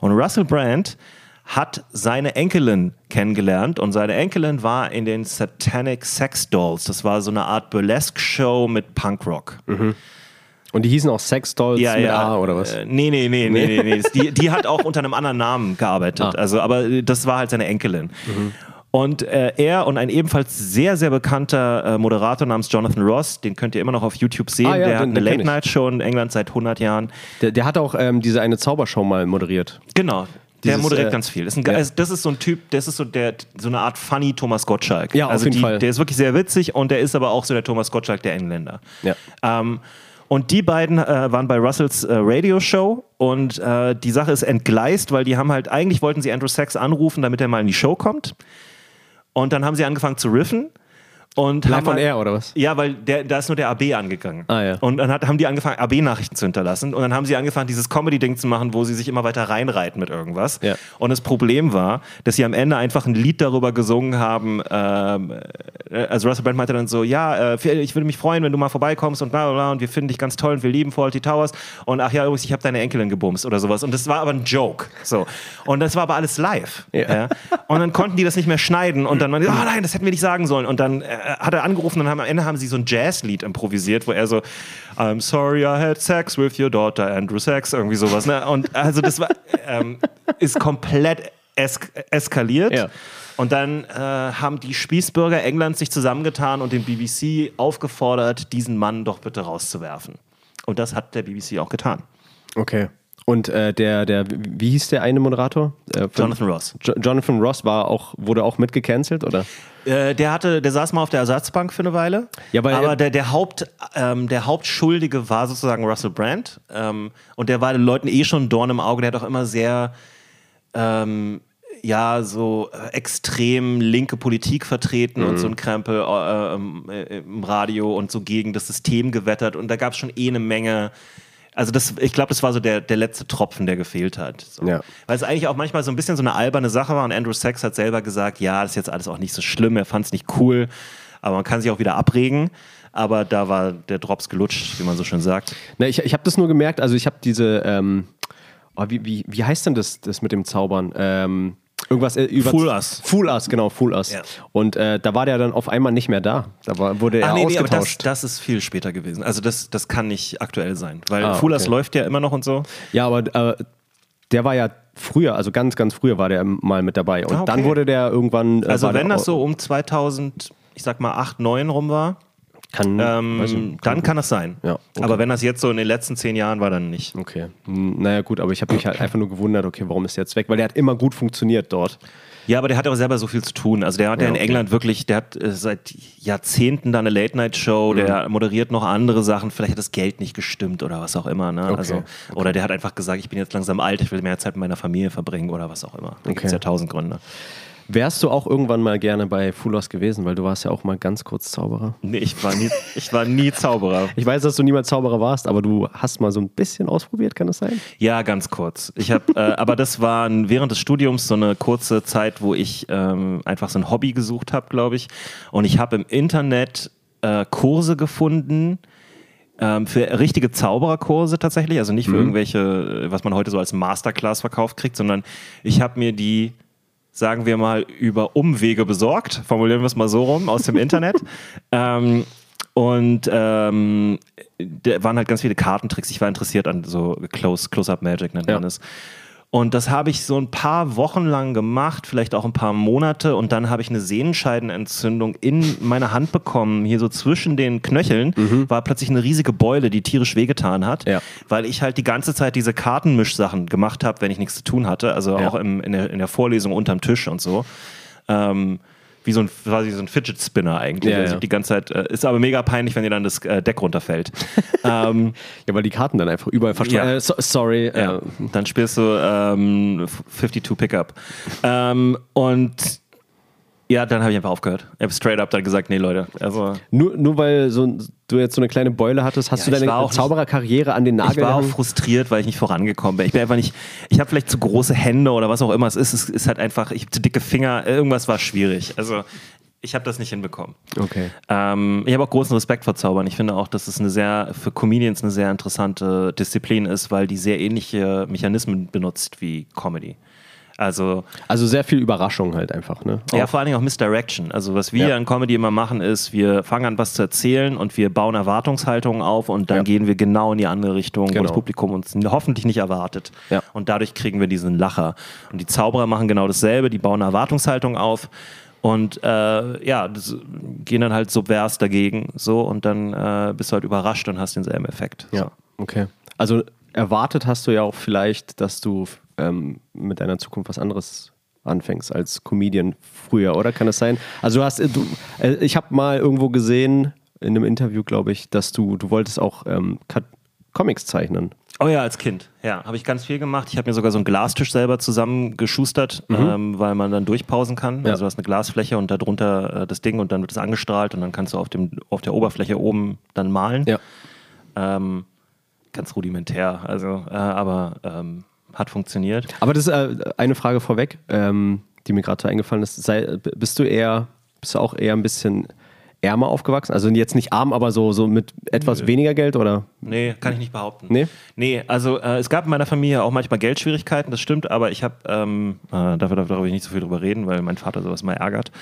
B: Und Russell Brand hat seine Enkelin kennengelernt und seine Enkelin war in den Satanic Sex Dolls. Das war so eine Art Burlesque-Show mit Punkrock.
A: Und die hießen auch Sex Dolls
B: Ja,
A: mit
B: ja.
A: A oder was?
B: Äh, Nee, nee, nee, nee, nee. nee. Die, die hat auch unter einem anderen Namen gearbeitet.
A: Ah. Mhm.
B: Also, aber äh, das war halt seine Enkelin. Und äh, er und ein ebenfalls sehr, sehr bekannter äh, Moderator namens Jonathan Ross, den könnt ihr immer noch auf YouTube sehen,
A: Ah, ja,
B: der
A: den-
B: hat
A: den
B: eine
A: kenn ich.
B: Late-Night-Show in England seit 100 Jahren.
A: Der, der hat auch ähm, diese eine Zaubershow mal moderiert.
B: Genau. der
A: Dieses,
B: moderiert
A: äh,
B: ganz viel. Ist ein,
A: ja.
B: also das ist so ein Typ, das ist so, der, so eine Art funny Thomas Gottschalk.
A: Ja, auf
B: also
A: jeden
B: die,
A: Fall.
B: Der ist wirklich sehr witzig und der ist aber auch so der Thomas Gottschalk der Engländer.
A: Ja.
B: Ähm, und die beiden äh, waren bei Russells äh, Radioshow und äh, die Sache ist entgleist, weil die haben halt, eigentlich wollten sie Andrew Sachs anrufen, damit er mal in die Show kommt. Und dann haben sie angefangen zu riffen. Und
A: Live
B: haben
A: on
B: halt-
A: Air oder was?
B: ja, weil der, da ist nur der AB angegangen.
A: Ah, ja.
B: Und dann hat, haben die angefangen, AB-Nachrichten zu hinterlassen. Und dann haben sie angefangen, dieses Comedy-Ding zu machen, wo sie sich immer weiter reinreiten mit irgendwas.
A: Ja.
B: Und das Problem war, dass sie am Ende einfach ein Lied darüber gesungen haben. Ähm, äh, also Russell Brand meinte dann so, ja, äh, ich würde mich freuen, wenn du mal vorbeikommst und bla bla bla. Und wir finden dich ganz toll und wir lieben Faulty Towers. Und ach ja, übrigens, ich habe deine Enkelin gebumst oder sowas. Und das war aber ein Joke. So. Und das war aber alles live. Ja. Und dann konnten die das nicht mehr schneiden und dann waren die, oh nein, das hätten wir nicht sagen sollen. Und dann äh, hat er angerufen und haben, am Ende haben sie so ein Jazzlied improvisiert, wo er so, I'm sorry I had sex with your daughter, Andrew Sachs, irgendwie sowas. Ne? Und also das war, ähm, ist komplett es eskaliert.
A: Ja.
B: Und dann äh, haben die Spießbürger Englands sich zusammengetan und den BBC aufgefordert, diesen Mann doch bitte rauszuwerfen. Und das hat der BBC auch getan.
A: Okay. Und äh, der, der, wie hieß der eine Moderator? Äh, von-
B: Jonathan Ross.
A: Jo Jonathan Ross war auch, wurde auch mitgecancelt, oder?
B: Äh, der hatte, der saß mal auf der Ersatzbank für eine Weile.
A: Ja, weil-
B: aber der, der, Haupt, ähm, der Hauptschuldige war sozusagen Russell Brand. Ähm, und der war den Leuten eh schon ein Dorn im Auge. Der hat auch immer sehr, ähm, ja, so äh, extrem linke Politik vertreten
A: Mhm.
B: und so ein Krempel äh, ähm, äh, im Radio und so gegen das System gewettert. Und da gab es schon eh eine Menge. Also das, ich glaube, das war so der, der letzte Tropfen, der gefehlt hat. So.
A: Ja.
B: Weil es eigentlich auch manchmal so ein bisschen so eine alberne Sache war und Andrew Sachs hat selber gesagt, ja, das ist jetzt alles auch nicht so schlimm, er fand es nicht cool, aber man kann sich auch wieder abregen. Aber da war der Drops gelutscht, wie man so schön sagt.
A: Na, ich ich habe das nur gemerkt, also ich habe diese, ähm, oh, wie, wie, wie heißt denn das, das mit dem Zaubern? Ähm, irgendwas äh, über.
B: Fool Us.
A: Fool Us, genau, Fool Us.
B: Ja.
A: Und äh, da war der dann auf einmal nicht mehr da. Da war, wurde er
B: aber das,
A: ausgetauscht.
B: das ist viel später gewesen. Also das, das kann nicht aktuell sein, weil
A: Ah,
B: ah, Fulas
A: okay.
B: läuft ja immer noch und so.
A: ja, aber äh, der war ja früher, also ganz, ganz früher war der mal mit dabei. Und
B: Ah, okay.
A: dann wurde der irgendwann. Äh,
B: Also
A: war
B: wenn
A: der,
B: das so um 2000, ich sag mal 8, 9 rum war,
A: Kann,
B: ähm,
A: Hm, weiß ich nicht,
B: dann kann das sein.
A: Ja, okay.
B: Aber wenn das jetzt so in den letzten zehn Jahren war, dann nicht.
A: Okay. Hm, Naja, gut, aber ich habe mich halt einfach nur gewundert, okay, warum ist der jetzt weg? Weil der hat immer gut funktioniert dort.
B: Ja, aber der hat aber selber so viel zu tun. Also der hat ja, in
A: okay.
B: England wirklich, der hat äh, seit Jahrzehnten da eine Late-Night-Show,
A: Mhm.
B: der moderiert noch andere Sachen, vielleicht hat das Geld nicht gestimmt oder was auch immer. Ne? Also, Oder der hat einfach gesagt, ich bin jetzt langsam alt, ich will mehr Zeit mit meiner Familie verbringen oder was auch immer. Da gibt's
A: Okay.
B: ja tausend Gründe.
A: Wärst du auch irgendwann mal gerne bei Fulos gewesen, weil du warst ja auch mal ganz kurz Zauberer.
B: Nee, ich war nie, ich war nie Zauberer.
A: Ich weiß, dass du niemals Zauberer warst, aber du hast mal so ein bisschen ausprobiert, kann das sein?
B: Ja, ganz kurz. Ich habe, äh, aber das war ein, während des Studiums so eine kurze Zeit, wo ich ähm, einfach so ein Hobby gesucht habe, glaube ich. Und ich habe im Internet äh, Kurse gefunden. Ähm, für richtige Zaubererkurse tatsächlich, also nicht für irgendwelche, äh, was man heute so als Masterclass verkauft kriegt, sondern ich habe mir die, sagen wir mal, über Umwege besorgt, formulieren wir es mal so rum, aus dem Internet. Ähm, und ähm, da waren halt ganz viele Kartentricks. Ich war interessiert an so Close- Close-Up-Magic, nennt man
A: Ja.
B: es. Und das habe ich so ein paar Wochen lang gemacht, vielleicht auch ein paar Monate. Und dann habe ich eine Sehenscheidenentzündung in meiner Hand bekommen. Hier so zwischen den Knöcheln war plötzlich eine riesige Beule, die tierisch wehgetan hat.
A: Mhm. Ja.
B: Weil ich halt die ganze Zeit diese Kartenmischsachen gemacht habe, wenn ich nichts zu tun hatte. Also
A: Ja.
B: auch im, in, der, in der Vorlesung unterm Tisch und so. Ähm, wie so ein, quasi so ein Fidget Spinner eigentlich.
A: Ja,
B: also ich
A: ja.
B: hab die ganze Zeit, äh, ist aber mega peinlich, wenn dir dann das äh, Deck runterfällt.
A: Ja, weil die Karten dann einfach überall verschwunden.
B: Ja.
A: Äh, so, sorry.
B: Ja.
A: Äh,
B: Dann spielst du ähm, 52 Pickup. Ähm, und Ja, dann habe ich einfach aufgehört. Ich habe straight up dann gesagt, nee, Leute. Also,
A: Nur, nur weil so, ein- du jetzt so eine kleine Beule hattest, hast
B: Ja,
A: du
B: ich war
A: deine
B: auch nicht-
A: Zaubererkarriere an den Nagel
B: ich war auch
A: gehangen?
B: frustriert, weil ich nicht vorangekommen bin. Ich bin einfach nicht, ich habe vielleicht zu große Hände oder was auch immer es ist. Es ist halt einfach, ich habe zu dicke Finger, irgendwas war schwierig. Also ich habe das nicht hinbekommen.
A: Okay.
B: Ähm, ich habe auch großen Respekt vor Zaubern. Ich finde auch, dass es eine sehr, für Comedians eine sehr interessante Disziplin ist, weil die sehr ähnliche Mechanismen benutzt wie Comedy. Also,
A: Also sehr viel Überraschung halt einfach, ne?
B: ja, vor allen Dingen auch Misdirection. Also, was wir
A: Ja.
B: in Comedy immer machen, ist, wir fangen an, was zu erzählen und wir bauen Erwartungshaltungen auf und dann
A: Ja.
B: gehen wir genau in die andere Richtung,
A: Genau.
B: wo das Publikum uns n- hoffentlich nicht erwartet.
A: Ja.
B: Und dadurch kriegen wir diesen Lacher. Und die Zauberer machen genau dasselbe, die bauen Erwartungshaltungen auf und äh, ja, das, gehen dann halt subvers dagegen so und dann äh, bist du halt überrascht und hast denselben Effekt.
A: Ja, okay. Also erwartet hast du ja auch vielleicht, dass du ähm, mit deiner Zukunft was anderes anfängst als Comedian früher, oder? Kann das sein? Also du hast, du, äh, ich habe mal irgendwo gesehen, in einem Interview, glaube ich, dass du, du wolltest auch ähm, Kat- Comics zeichnen.
B: Oh ja, als Kind. Ja, habe ich ganz viel gemacht. Ich habe mir sogar so einen Glastisch selber zusammengeschustert, ähm, weil man dann durchpausen kann. Also du hast eine Glasfläche und darunter äh, das Ding und dann wird es angestrahlt und dann kannst du auf, dem, auf der Oberfläche oben dann malen. Ähm, ganz rudimentär, also, äh, aber ähm, hat funktioniert.
A: Aber das ist äh, eine Frage vorweg, ähm, die mir gerade so eingefallen ist. Sei, b- bist du eher, bist du auch eher ein bisschen ärmer aufgewachsen? Also jetzt nicht arm, aber so, so mit etwas weniger Geld oder?
B: Nee, kann ich nicht behaupten.
A: Nee?
B: Nee, also äh, es gab in meiner Familie auch manchmal Geldschwierigkeiten, das stimmt, aber ich habe, ähm, äh, dafür darf darf ich nicht so viel drüber reden, weil mein Vater sowas mal ärgert.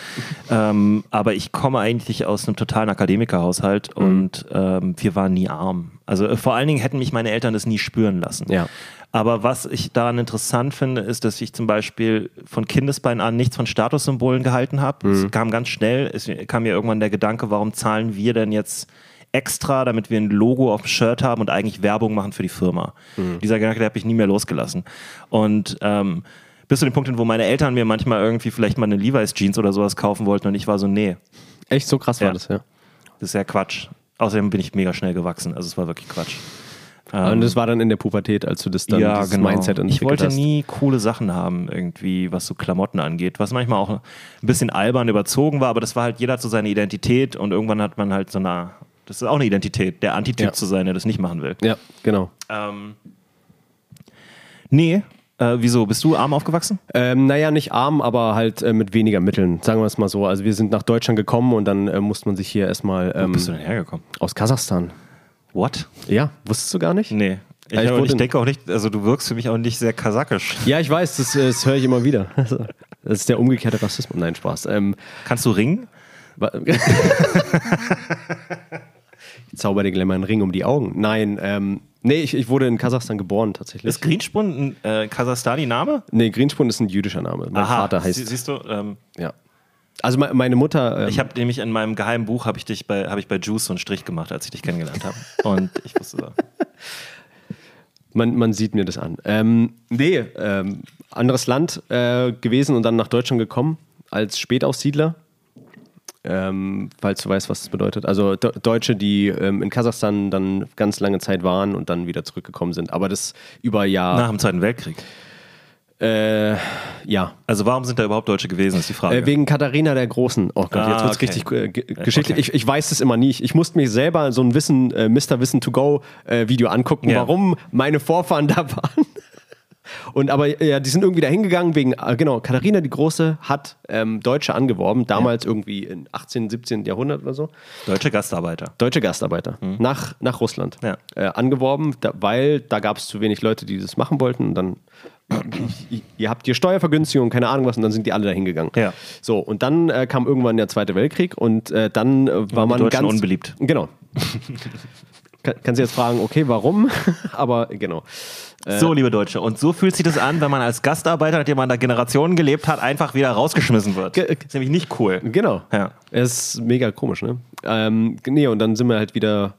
B: ähm, aber ich komme eigentlich aus einem totalen Akademikerhaushalt und ähm, wir waren nie arm. Also äh, vor allen Dingen hätten mich meine Eltern das nie spüren lassen.
A: Ja.
B: Aber was ich daran interessant finde, ist, dass ich zum Beispiel von Kindesbein an nichts von Statussymbolen gehalten habe. Es kam ganz schnell, es kam mir irgendwann der Gedanke, warum zahlen wir denn jetzt extra, damit wir ein Logo auf dem Shirt haben und eigentlich Werbung machen für die Firma. Dieser Gedanke, der habe ich nie mehr losgelassen. Und ähm, bis zu dem Punkt, hin, wo meine Eltern mir manchmal irgendwie vielleicht mal eine Levi's Jeans oder sowas kaufen wollten und ich war so, nee,
A: Echt so krass war
B: Ja.
A: das, ja.
B: das ist ja Quatsch. Außerdem bin ich mega schnell gewachsen, also es war wirklich Quatsch. Ähm,
A: Und das war dann in der Pubertät, als du das dann dieses
B: genau.
A: Mindset entwickelt
B: Ich wollte
A: hast.
B: nie coole Sachen haben, irgendwie, was so Klamotten angeht, was manchmal auch ein bisschen albern überzogen war, aber das war halt, jeder hat so seine Identität und irgendwann hat man halt so eine, das ist auch eine Identität, der Antityp
A: Ja.
B: zu sein, der das nicht machen will.
A: ja, genau.
B: Ähm, nee, äh, wieso? Bist du arm aufgewachsen?
A: Ähm, naja, nicht arm, aber halt äh, mit weniger Mitteln, sagen wir es mal so. Also wir sind nach Deutschland gekommen und dann äh, musste man sich hier erstmal ähm,
B: Bist du denn hergekommen?
A: aus Kasachstan.
B: What?
A: Ja, wusstest du gar nicht?
B: Nee. Ich,
A: Ja, ich
B: aber-
A: wurde-
B: ich denke auch nicht, also du wirkst für mich auch nicht sehr kasachisch.
A: Ja, ich weiß, das, äh, das höre ich immer wieder. Also, Das ist der umgekehrte Rassismus. Nein, Spaß. Ähm,
B: Kannst du ringen?
A: wa- ich zauber dir gleich mal einen Ring um die Augen. Nein, ähm, nee, ich, ich wurde in Kasachstan geboren tatsächlich.
B: Ist Greenspun ein äh, Kasachstani-Name?
A: nee, Greenspun ist ein jüdischer Name. Mein Vater
B: sie-
A: heißt,
B: Siehst du, ähm,
A: ja. Also me meine Mutter... ähm,
B: Ich habe nämlich in meinem geheimen Buch habe ich dich bei habe ich bei Juice so einen Strich gemacht, als ich dich kennengelernt habe. Und ich wusste so.
A: Man, man sieht mir das an. Ähm, nee, ähm, anderes Land äh, gewesen und dann nach Deutschland gekommen als Spätaussiedler. Ähm, falls du weißt, was das bedeutet. Also De Deutsche, die ähm, in Kasachstan dann ganz lange Zeit waren und dann wieder zurückgekommen sind. Aber das über
B: Nach
A: Jahr.
B: dem Zweiten Weltkrieg.
A: Äh, ja.
B: Also warum sind da überhaupt Deutsche gewesen, ist die Frage.
A: Äh, wegen Katharina der Großen. Oh Gott,
B: Ah,
A: jetzt wird's
B: okay.
A: richtig äh, ge-
B: Ja,
A: geschichtlich.
B: okay.
A: Ich, ich weiß das immer nie. Ich, ich musste mir selber so ein Wissen, äh, Mr. Wissen to go äh, Video angucken,
B: Ja.
A: warum meine Vorfahren da waren. Und aber ja, die sind irgendwie da hingegangen wegen, äh, genau, Katharina die Große hat ähm, Deutsche angeworben, damals irgendwie im 18., 17. Jahrhundert oder so.
B: Deutsche Gastarbeiter.
A: Deutsche Gastarbeiter nach, nach Russland
B: Mhm. Ja.
A: äh, angeworben, da, weil da gab es zu wenig Leute, die das machen wollten. Und dann, i- ihr habt hier Steuervergünstigung, keine Ahnung was, und dann sind die alle da hingegangen.
B: Ja.
A: So, und dann äh, kam irgendwann der Zweite Weltkrieg und äh, dann äh, war man
B: Deutschen
A: ganz.
B: unbeliebt.
A: Genau. Kann, kannst du jetzt fragen, okay, warum? Aber äh, genau.
B: So, liebe Deutsche. Und so fühlt sich das an, wenn man als Gastarbeiter, nachdem man da Generationen gelebt hat, einfach wieder rausgeschmissen wird.
A: Ge-
B: ist nämlich nicht cool.
A: Genau.
B: Ja.
A: Es ist mega komisch, ne? Ähm, nee, und dann sind wir halt wieder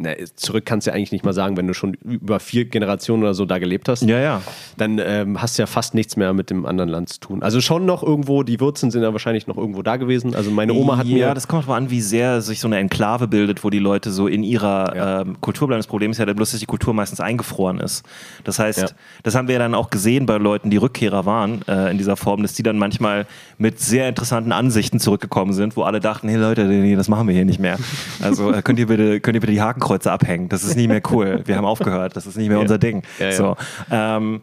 A: na, zurück kannst du ja eigentlich nicht mal sagen, wenn du schon über vier Generationen oder so da gelebt hast.
B: Ja, ja.
A: Dann ähm, hast du ja fast nichts mehr mit dem anderen Land zu tun. Also schon noch irgendwo, die Wurzeln sind ja wahrscheinlich noch irgendwo da gewesen. Also meine Oma hat
B: ja,
A: mir.
B: das kommt drauf an, wie sehr sich so eine Enklave bildet, wo die Leute so in ihrer
A: Ja.
B: ähm, Kultur bleiben. Das Problem ist ja bloß, dass die Kultur meistens eingefroren ist. Das heißt,
A: Ja.
B: das haben wir ja dann auch gesehen bei Leuten, die Rückkehrer waren äh, in dieser Form, dass die dann manchmal mit sehr interessanten Ansichten zurückgekommen sind, wo alle dachten, hey Leute, nee, nee, das machen wir hier nicht mehr. Also äh, könnt, ihr bitte, könnt ihr bitte die Hakenkreuze abhängen. Das ist nicht mehr cool. Wir haben aufgehört. Das ist nicht mehr unser Ding.
A: Ja, ja.
B: So. Ähm,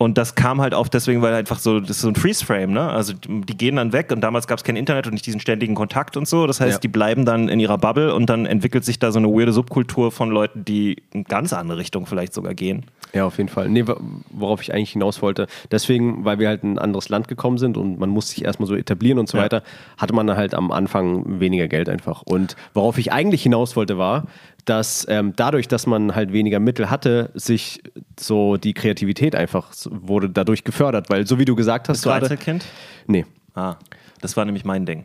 B: und das kam halt auf deswegen, weil einfach so, das ist so ein Freeze-Frame, ne? Also die die gehen dann weg und damals gab es kein Internet und nicht diesen ständigen Kontakt und so. Das heißt,
A: Ja.
B: die bleiben dann in ihrer Bubble und dann entwickelt sich da so eine weirde Subkultur von Leuten, die in ganz andere Richtung vielleicht sogar gehen.
A: Ja, auf jeden Fall. Nee, wa- worauf ich eigentlich hinaus wollte. Deswegen, weil wir halt in ein anderes Land gekommen sind und man muss sich erstmal so etablieren und so
B: Ja.
A: weiter, hatte man halt am Anfang weniger Geld einfach. Und worauf ich eigentlich hinaus wollte, war, dass ähm, dadurch, dass man halt weniger Mittel hatte, sich so die Kreativität einfach so- wurde dadurch gefördert. Weil, so wie du gesagt hast,
B: Du
A: gerade.
B: Einzelkind?
A: Nee.
B: Ah, das war nämlich mein Ding.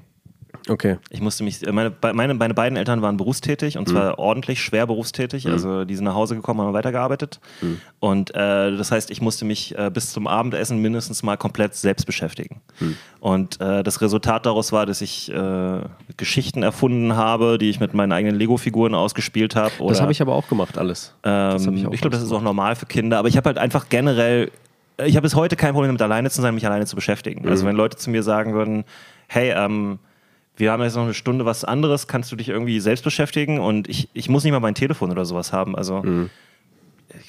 A: Okay.
B: Ich musste mich, äh, meine, be- meine, meine beiden Eltern waren berufstätig
A: Mhm.
B: und zwar ordentlich schwer berufstätig. Also die sind nach Hause gekommen, haben weitergearbeitet.
A: Mhm.
B: Und äh, das heißt, ich musste mich äh, bis zum Abendessen mindestens mal komplett selbst beschäftigen.
A: Mhm.
B: Und äh, das Resultat daraus war, dass ich äh, Geschichten erfunden habe, die ich mit meinen eigenen Lego-Figuren ausgespielt habe.
A: Das
B: oder-
A: habe ich aber auch gemacht, alles. das hab
B: ähm, ich glaube, das ist auch normal für Kinder, aber ich habe halt einfach generell, ich habe bis heute kein Problem damit, alleine zu sein, mich alleine zu beschäftigen.
A: Mhm.
B: Also wenn Leute zu mir sagen würden, hey, ähm, wir haben jetzt noch eine Stunde was anderes, kannst du dich irgendwie selbst beschäftigen und ich, ich muss nicht mal mein Telefon oder sowas haben. Also
A: Mhm.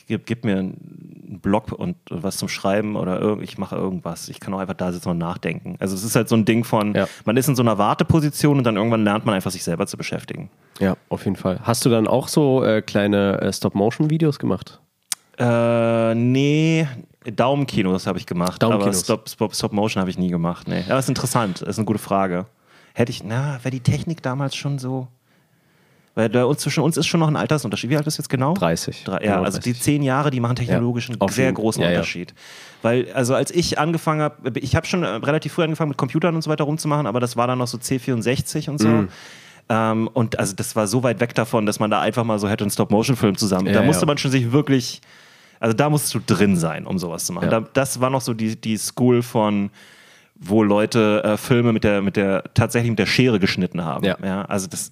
B: gib, gib mir einen Blog und was zum Schreiben oder irg ich mache irgendwas. Ich kann auch einfach da sitzen und nachdenken. Also es ist halt so ein Ding von,
A: Ja.
B: man ist in so einer Warteposition und dann irgendwann lernt man einfach, sich selber zu beschäftigen.
A: Ja, auf jeden Fall. Hast du dann auch so äh, kleine äh, Stop-Motion-Videos gemacht?
B: Äh, nee. Daumenkinos habe ich gemacht, aber
A: Daumenkinos.
B: Stop, Stop, Stop Motion habe ich nie gemacht. Nee. Aber ist interessant, ist eine gute Frage. Hätte ich, na, wäre die Technik damals schon so. Weil bei uns, zwischen uns ist schon noch ein Altersunterschied. Wie alt bist du jetzt genau?
A: 30.
B: Drei, ja, also die
A: 30.
B: zehn Jahre, die machen technologisch
A: Ja,
B: einen
A: auf
B: sehr
A: jeden-
B: großen
A: ja, ja.
B: Unterschied. Weil, also als ich angefangen habe, ich habe schon äh, relativ früh angefangen mit Computern und so weiter rumzumachen, aber das war dann noch so C64 und so.
A: Mhm.
B: Ähm, und also das war so weit weg davon, dass man da einfach mal so hätte einen Stop-Motion-Film zusammen.
A: Ja,
B: da musste
A: ja.
B: man schon sich wirklich, also da musst du drin sein, um sowas zu machen.
A: Ja.
B: Da, das war noch so die, die School von wo Leute äh, Filme mit der, mit der, tatsächlich mit der Schere geschnitten haben.
A: Ja.
B: also das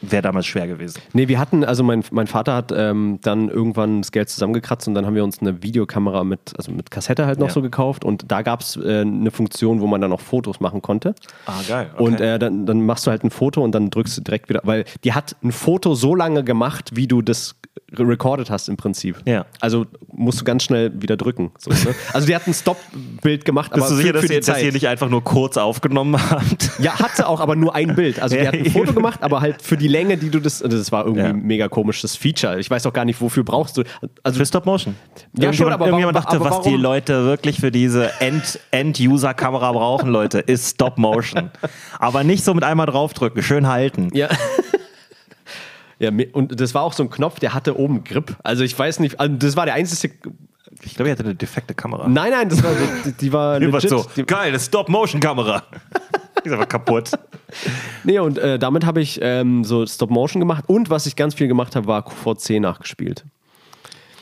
B: wäre damals schwer gewesen.
A: Nee, wir hatten, also mein, mein Vater hat ähm, dann irgendwann das Geld zusammengekratzt und dann haben wir uns eine Videokamera mit, also mit Kassette halt noch
B: Ja.
A: so gekauft und da gab es äh, eine Funktion, wo man dann auch Fotos machen konnte.
B: Ah, geil.
A: Und äh, dann, dann machst du halt ein Foto und dann drückst du direkt wieder, weil die hat ein Foto so lange gemacht, wie du das re- recorded hast im Prinzip.
B: Ja.
A: Also musst du ganz schnell wieder drücken. So, ne? Also die hat ein Stop-Bild gemacht, aber
B: Bist du sicher,
A: für,
B: dass,
A: für die
B: ihr, dass
A: Zeit.
B: ihr nicht einfach nur kurz aufgenommen habt?
A: Ja, hat sie auch, aber nur ein Bild. Also die
B: Ja,
A: hat ein
B: eben.
A: Foto gemacht, aber halt für die Länge, die du das. also Das war irgendwie
B: Ja.
A: ein mega komisches Feature. Ich weiß auch gar nicht, wofür brauchst du. Also
B: Für Stop Motion.
A: Ja, schon, aber
B: irgendjemand
A: warum-
B: dachte,
A: aber
B: was die
A: warum-
B: Leute wirklich für diese End- End-User-Kamera brauchen, Leute, ist Stop Motion. Aber nicht so mit einmal draufdrücken, schön halten.
A: ja. ja, mir- und das war auch so ein Knopf, der hatte oben Grip. Also ich weiß nicht, also das war der einzige.
B: Ich glaube, ihr hattet eine defekte Kamera.
A: Nein, nein, das war so, die war
B: Irgendwas
A: legit.
B: so,
A: Die,
B: geil, eine Stop-Motion-Kamera. Die ist aber kaputt.
A: nee, und äh, damit habe ich ähm, so Stop Motion gemacht. Und was ich ganz viel gemacht habe, war QVC nachgespielt.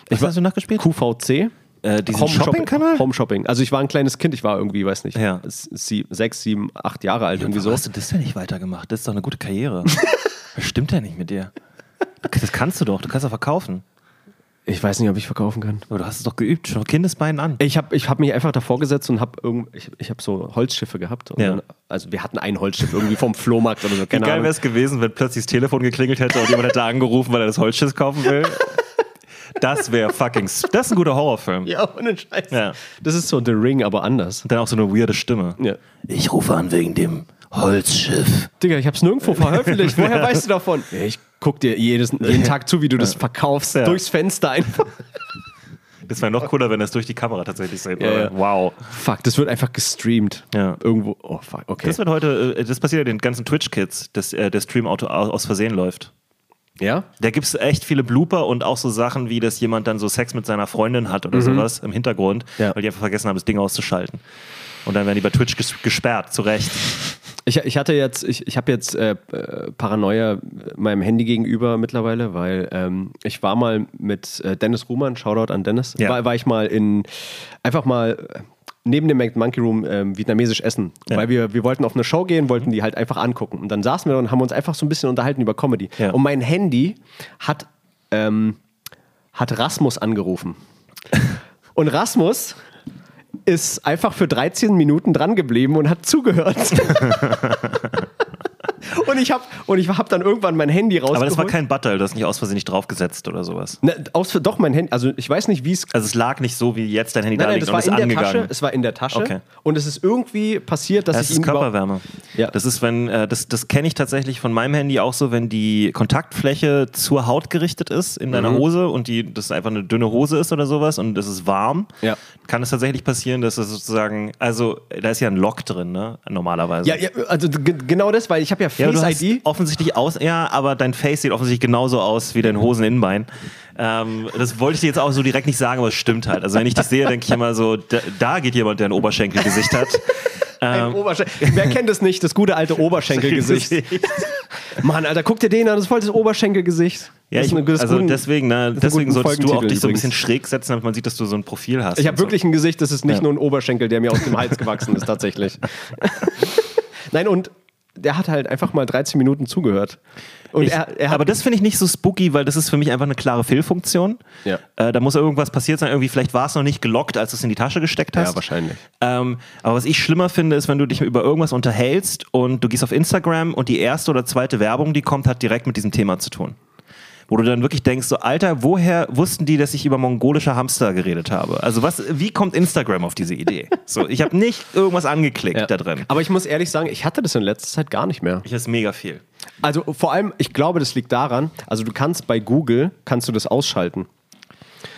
B: Was hast du nachgespielt?
A: QVC.
B: Äh, diesen Shopping-Kanal?
A: Home Shopping. Also ich war ein kleines Kind, ich war irgendwie, weiß nicht,
B: Ja.
A: sie, sechs, sieben, acht Jahre alt irgendwie
B: Wieso
A: so.
B: hast du das denn nicht weitergemacht? Das ist doch eine gute Karriere. Was stimmt denn nicht mit dir? Das kannst du doch, du kannst doch verkaufen.
A: Ich weiß nicht, ob ich verkaufen kann.
B: Aber du hast es doch geübt, schon Kindesbeinen an.
A: Ich habe ich hab mich einfach davor gesetzt und habe irgend ich, ich hab so Holzschiffe gehabt. Und
B: Ja.
A: dann, also wir hatten ein Holzschiff irgendwie vom Flohmarkt oder so.
B: Wie
A: Keine
B: geil wäre
A: Ahnung.
B: es gewesen, wenn plötzlich das Telefon geklingelt hätte und jemand hätte angerufen, weil er das Holzschiff kaufen will? Das wäre fucking. s- Das ist ein guter Horrorfilm.
A: Ja, ohne Scheiß.
B: Ja.
A: Das ist so The Ring, aber anders.
B: Und dann auch so eine weirde Stimme.
A: Ja.
B: Ich rufe an wegen dem Holzschiff.
A: Digga, ich hab's nirgendwo veröffentlicht. Woher weißt du davon? Ja, Ich guck dir jedes, jeden Tag zu, wie du das verkaufst.
B: Ja.
A: Durchs Fenster einfach.
B: Das wäre noch cooler, wenn das durch die Kamera tatsächlich sehen
A: Ja,
B: würde.
A: ja.
B: Wow.
A: Fuck, das wird einfach gestreamt.
B: Ja.
A: Irgendwo. Oh, fuck, okay.
B: Das wird heute, äh, das passiert ja den ganzen Twitch-Kids, dass äh, der Stream auto au- aus Versehen läuft.
A: ja?
B: Da gibt es echt viele Blooper und auch so Sachen, wie dass jemand dann so Sex mit seiner Freundin hat oder sowas im Hintergrund,
A: Mhm. Ja.
B: weil die einfach vergessen haben, das Ding auszuschalten. Und dann werden die bei Twitch ges gesperrt, zu Recht.
A: Ich, ich hatte jetzt, ich, ich habe jetzt äh, äh, Paranoia meinem Handy gegenüber mittlerweile, weil ähm, ich war mal mit äh, Dennis Ruhmann, Shoutout an Dennis,
B: Ja.
A: war, war ich mal in, einfach mal äh, neben dem Mac- Monkey Room ähm, vietnamesisch essen,
B: Ja.
A: weil wir, wir wollten auf eine Show gehen, wollten die halt einfach angucken. Und dann saßen wir und haben uns einfach so ein bisschen unterhalten über Comedy.
B: Ja.
A: Und mein Handy hat, ähm, hat Rasmus angerufen. Und Rasmus ist einfach für 13 Minuten dran geblieben und hat zugehört. und ich habe und ich habe dann irgendwann mein Handy rausgeholt.
B: Aber das war kein Battle, das ist nicht aus Versehen nicht draufgesetzt oder sowas.
A: Na, aus, doch mein Handy, also ich weiß nicht, wie es
B: Also es lag nicht so, wie jetzt dein Handy
A: Nein,
B: da
A: nein,
B: liegt
A: das
B: und
A: war
B: ist
A: in der Tasche.
B: angegangen.
A: Es war in der Tasche.
B: Okay.
A: Und es ist irgendwie passiert, dass
B: Das
A: ich
B: ist
A: ihn überhaupt-
B: Körperwärme.
A: Ja.
B: Das ist, wenn, äh, das, das kenne ich tatsächlich von meinem Handy auch so, wenn die Kontaktfläche zur Haut gerichtet ist in deiner Hose und die, das einfach eine dünne Hose ist oder sowas und es ist warm,
A: Ja.
B: kann es tatsächlich passieren, dass es sozusagen, also da ist ja ein Lock drin, ne? Normalerweise.
A: Ja, ja, also ge- genau das, weil ich habe ja
B: Ja, aber du hast
A: Face ID.
B: offensichtlich aus, ja, aber dein Face sieht offensichtlich genauso aus wie dein Hoseninnenbein. Ähm, das wollte ich dir jetzt auch so direkt nicht sagen, aber es stimmt halt. Also wenn ich dich sehe, denke ich immer so, da, da geht jemand, der ein Oberschenkelgesicht hat.
A: Ein
B: ähm.
A: Oberschen- Wer kennt es nicht? Das gute alte Oberschenkelgesicht. Mann, Alter, guck dir den an, das ist voll das Oberschenkelgesicht.
B: Ja,
A: das
B: ich,
A: ist eine- das ist
B: also
A: gut.
B: deswegen, ne,
A: das ist ein
B: deswegen
A: guten
B: solltest du auch
A: Folgentitel
B: dich so ein
A: übrigens.
B: bisschen schräg setzen, damit man sieht, dass du so ein Profil hast.
A: Ich
B: und
A: habe wirklich ein Gesicht, das ist nicht
B: Ja.
A: nur ein Oberschenkel, der mir aus dem Hals gewachsen ist, tatsächlich. Nein, und der hat halt einfach mal 13 Minuten zugehört. Und
B: So. Ich,
A: er, er hat
B: aber das finde ich nicht so spooky, weil das ist für mich einfach eine klare Fehlfunktion.
A: Ja.
B: Äh, da muss irgendwas passiert sein. Irgendwie, vielleicht war es noch nicht gelockt, als du es in die Tasche gesteckt hast.
A: Ja, wahrscheinlich.
B: Ähm, aber was ich schlimmer finde, ist, wenn du dich über irgendwas unterhältst und du gehst auf Instagram und die erste oder zweite Werbung, die kommt, hat direkt mit diesem Thema zu tun. Wo du dann wirklich denkst, so, Alter, woher wussten die, dass ich über mongolische Hamster geredet habe? Also, was, wie kommt Instagram auf diese Idee? So, ich habe nicht irgendwas angeklickt
A: ja.
B: da drin.
A: Aber ich muss ehrlich sagen, ich hatte das in letzter Zeit gar nicht mehr.
B: Ich esse mega viel.
A: Also vor allem, ich glaube, das liegt daran, also du kannst bei Google, kannst du das ausschalten.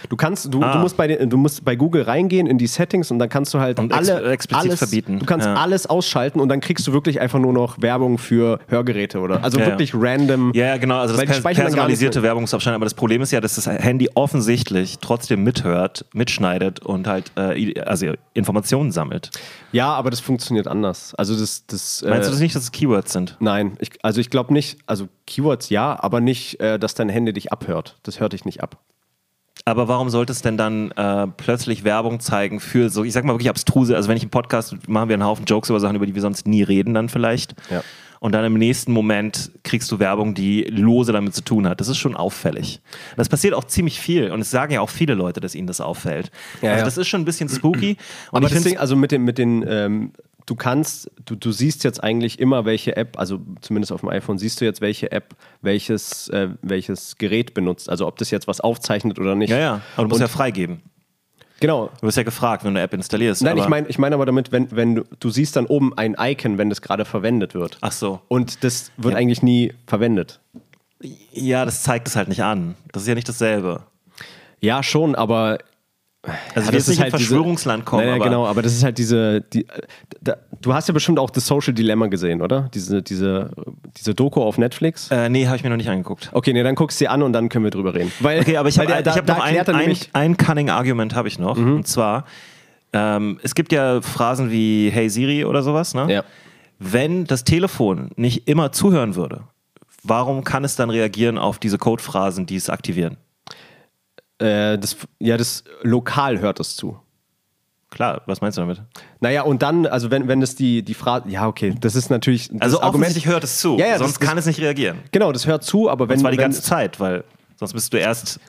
A: Du kannst, du,
B: Ah.
A: du, musst bei, den- du musst bei Google reingehen in die Settings und dann kannst du halt
B: Und ex-
A: alle,
B: explizit
A: alles,
B: verbieten.
A: Du kannst
B: Ja.
A: alles ausschalten und dann kriegst du wirklich einfach nur noch Werbung für Hörgeräte oder also
B: Ja, ja.
A: wirklich random.
B: Ja, ja, genau. Also das
A: Weil die
B: per-
A: speichern dann gar nichts
B: personalisierte Werbung ist auf Schein, aber das Problem ist ja, dass das Handy offensichtlich trotzdem mithört, mitschneidet und halt äh, i- also Informationen sammelt.
A: Ja, aber das funktioniert anders. Also das, das.
B: Meinst du das nicht, dass es Keywords sind?
A: Nein, ich, also ich glaube nicht, also Keywords ja, aber nicht, äh, dass dein Handy dich abhört. Das hört dich nicht ab.
B: Aber warum sollte es denn dann äh, plötzlich Werbung zeigen für so, ich sag mal wirklich abstruse, also wenn ich einen Podcast machen wir einen Haufen Jokes über Sachen, über die wir sonst nie reden dann vielleicht.
A: Ja.
B: Und dann im nächsten Moment kriegst du Werbung, die lose damit zu tun hat. Das ist schon auffällig. Das passiert auch ziemlich viel und es sagen ja auch viele Leute, dass ihnen das auffällt.
A: Ja,
B: also
A: ja.
B: das ist schon ein bisschen spooky. Und
A: Aber
B: ich find's-
A: deswegen, also mit den, mit den ähm, du kannst, du, du siehst jetzt eigentlich immer, welche App, also zumindest auf dem iPhone, siehst du jetzt, welche App welches, äh, welches Gerät benutzt. Also ob das jetzt was aufzeichnet oder nicht.
B: Ja, ja. Aber du musst
A: Und-
B: ja freigeben.
A: Genau.
B: Du wirst ja gefragt, wenn du eine App installierst.
A: Nein,
B: aber
A: ich meine ich mein aber damit, wenn, wenn du, du siehst dann oben ein Icon, wenn das gerade verwendet wird.
B: Ach so.
A: Und das wird
B: Ja.
A: eigentlich nie verwendet.
B: Ja, das zeigt es halt nicht an. Das ist ja nicht dasselbe.
A: Ja, schon, aber
B: Also,
A: Ja, halt
B: wir jetzt nicht in
A: diese-
B: Verschwörungsland kommen.
A: Naja,
B: aber
A: genau, aber das ist halt diese. Die, da, du hast ja bestimmt auch das Social Dilemma gesehen, oder? Diese, diese, diese Doku auf Netflix.
B: Äh, nee, habe ich mir noch nicht angeguckt.
A: Okay, nee, dann guckst du sie an und dann können wir drüber reden. Weil,
B: Okay, aber ich
A: weil der-
B: habe
A: da-
B: hab
A: da
B: noch ein,
A: erklärt er
B: ein,
A: nämlich- Mhm.
B: ein cunning Argument habe ich noch. Und zwar, ähm, es gibt ja Phrasen wie Hey Siri oder sowas. Ne?
A: Ja.
B: Wenn das Telefon nicht immer zuhören würde, warum kann es dann reagieren auf diese Codephrasen, die es aktivieren?
A: Äh, das, ja, das lokal hört es zu.
B: Klar, was meinst du damit?
A: Naja, und dann, also wenn, wenn das die, die Frage. Ja, okay, das ist natürlich. Das
B: Also
A: Argument-
B: offensichtlich hört es zu,
A: Ja, ja,
B: sonst
A: das,
B: kann
A: das,
B: es nicht reagieren.
A: Genau, das hört zu, aber wenn.
B: Und zwar die
A: wenn,
B: ganze Zeit, weil sonst müsstest du erst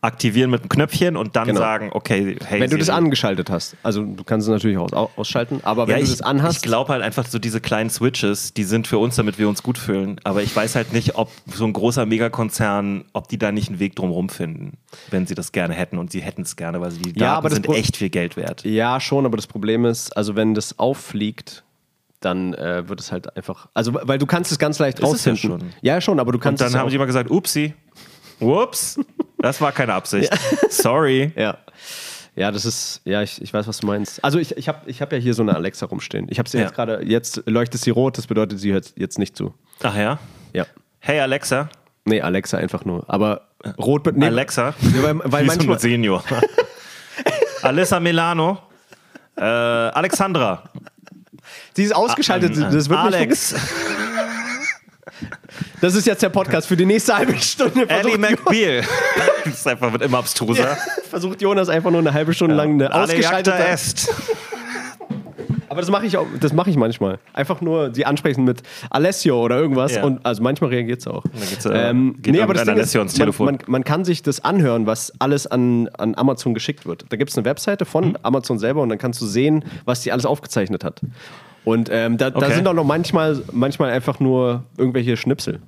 B: aktivieren mit einem Knöpfchen und dann
A: Genau.
B: sagen, okay, hey.
A: wenn du das
B: Siri.
A: angeschaltet hast. Also du kannst es natürlich auch aus, ausschalten, aber wenn
B: ja,
A: du
B: ich,
A: das anhast.
B: ich glaube halt einfach so diese kleinen Switches, die sind für uns, damit wir uns gut fühlen. Aber ich weiß halt nicht, ob so ein großer Megakonzern, ob die da nicht einen Weg drumherum finden, wenn sie das gerne hätten und sie hätten es gerne, weil sie die Daten
A: Ja, aber das
B: sind
A: Pro-
B: echt viel Geld wert.
A: Ja, schon, aber das Problem ist, also wenn das auffliegt, dann äh, wird es halt einfach. Also, weil du kannst es ganz leicht
B: Ist es ja
A: rausfinden.
B: schon.
A: ja, schon, aber du kannst
B: Dann
A: es
B: haben
A: auch,
B: die immer gesagt, upsi, whoops, das war keine Absicht. Sorry.
A: ja. ja, das ist, ja, ich, ich weiß, was du meinst. Also ich, ich habe ich hab ja hier so eine Alexa rumstehen. Ich habe sie
B: Ja.
A: jetzt gerade, jetzt leuchtet sie rot, das bedeutet, sie hört jetzt nicht zu.
B: Ach ja.
A: Ja.
B: Hey Alexa.
A: Nee, Alexa einfach nur. Aber rot wird nee,
B: Alexa.
A: Nee, weil, weil
B: Wie so ein
A: manchmal,
B: Senior. Alessa Milano. Äh, Alexandra.
A: Dieses ausgeschaltete, das wird nicht
B: Alex,
A: Das ist jetzt der Podcast für die nächste halbe Stunde.
B: Ellie
A: Versucht,
B: McBeal. das ist einfach wird immer abstruser.
A: versucht Jonas einfach nur eine halbe Stunde lang eine
B: Alle
A: ausgeschaltete.
B: Jagda est.
A: Aber das mache ich auch, das mache ich manchmal. Einfach nur sie ansprechen mit Alessio oder irgendwas
B: Ja.
A: und also manchmal reagiert es auch. Ähm,
B: geht's, äh, geht irgendein Alessio ans
A: man,
B: Telefon.
A: man, man kann sich das anhören, was alles an, an Amazon geschickt wird. Da gibt es eine Webseite
B: Hm.
A: von Amazon selber und dann kannst du sehen, was die alles aufgezeichnet hat. Und ähm, da, da
B: Okay.
A: sind auch noch manchmal, manchmal einfach nur irgendwelche Schnipsel.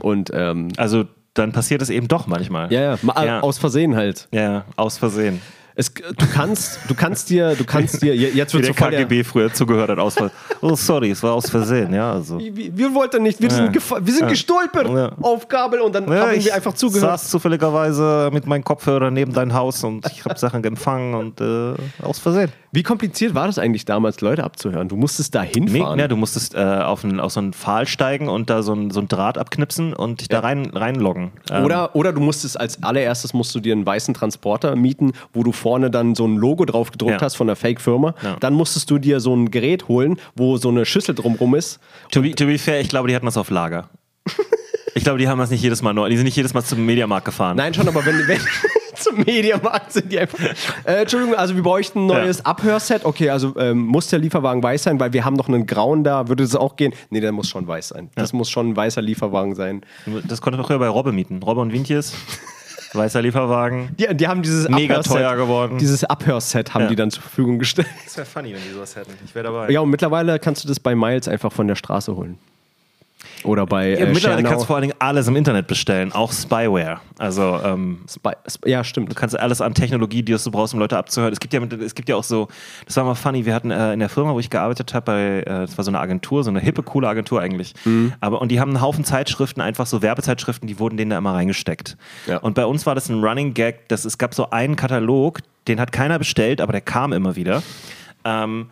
A: Und ähm,
B: Also dann passiert es eben doch manchmal.
A: ja, ja, ma-
B: Ja.
A: aus Versehen halt.
B: Ja, ja, aus Versehen.
A: Es, du kannst, du kannst dir, du kannst dir, je- jetzt
B: Wie
A: wird
B: der
A: so voll der,
B: KGB früher zugehört hat. Aus Ver- oh, sorry, es war aus Versehen, ja. Also.
A: Wir, wir wollten nicht, wir sind, gefa- wir sind gestolpert
B: Ja.
A: auf Kabel und dann
B: Ja,
A: haben
B: ich
A: wir einfach zugehört.
B: saß zufälligerweise mit meinem Kopfhörer neben dein Haus und ich habe Sachen empfangen und äh, aus Versehen.
A: Wie kompliziert war das eigentlich damals, Leute abzuhören? Du musstest da hinfahren.
B: Ja, du musstest äh, auf, einen, auf so einen Pfahl steigen und da so einen so einen Draht abknipsen und dich da rein, reinloggen. Ähm,
A: oder, oder du musstest als allererstes musst du dir einen weißen Transporter mieten, wo du vorne dann so ein Logo drauf gedruckt
B: Ja.
A: hast von einer Fake-Firma.
B: Ja.
A: Dann musstest du dir so ein Gerät holen, wo so eine Schüssel drumrum ist.
B: To be, to be fair, ich glaube, die hatten das auf Lager. ich glaube, die haben das nicht jedes Mal neu. Die sind nicht jedes Mal zum Mediamarkt gefahren.
A: Nein, schon, aber wenn, wenn zum Mediamarkt sind die einfach. Äh, Entschuldigung, also wir bräuchten ein neues
B: Ja.
A: Abhörset. Okay, also ähm, muss der Lieferwagen weiß sein, weil wir haben noch einen grauen da. Würde das auch gehen? Nee, der muss schon weiß sein. Das muss schon ein weißer Lieferwagen sein.
B: Das konnte man früher bei Robbe mieten. Robbe und Wintjes, weißer Lieferwagen.
A: Die, die haben dieses
B: Mega teuer geworden.
A: Dieses Abhörset haben
B: Ja.
A: die dann zur Verfügung gestellt.
B: Das wäre funny, wenn die sowas hätten. Ich wäre dabei.
A: Ja, und mittlerweile kannst du das bei Miles einfach von der Straße holen. Oder bei äh,
B: Mittlerweile kannst
A: Schernau.
B: du vor allen Dingen alles im Internet bestellen, auch Spyware. Also ähm,
A: Spy- Sp- Ja, stimmt.
B: du kannst alles an Technologie, die du brauchst, um Leute abzuhören. Es gibt ja, mit- es gibt ja auch so, das war mal funny, wir hatten äh, in der Firma, wo ich gearbeitet habe, bei, äh, das war so eine Agentur, so eine hippe, coole Agentur eigentlich.
A: Mhm.
B: Aber, und die haben einen Haufen Zeitschriften, einfach so Werbezeitschriften, die wurden denen da immer reingesteckt.
A: Ja.
B: Und bei uns war das ein Running Gag, dass es gab so einen Katalog, den hat keiner bestellt, aber der kam immer wieder. Ähm,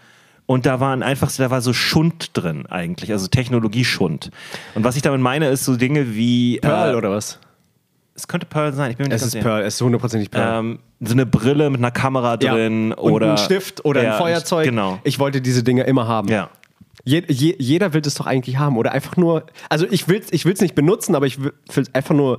B: und da waren einfach, da war so Schund drin eigentlich, also Technologieschund. Und was ich damit meine, ist so Dinge wie.
A: Pearl
B: äh,
A: oder was?
B: Es könnte Pearl sein, ich bin mir nicht
A: Es
B: ganz
A: ist
B: sicher
A: Pearl, es ist hundertprozentig Pearl.
B: ähm, so eine Brille mit einer Kamera drin
A: und
B: oder
A: ein Stift oder
B: Ja,
A: ein Feuerzeug.
B: Genau.
A: Ich wollte diese Dinger immer haben.
B: ja.
A: Je, je, jeder will das doch eigentlich haben oder einfach nur, also ich will es ich will's nicht benutzen, aber ich will es einfach nur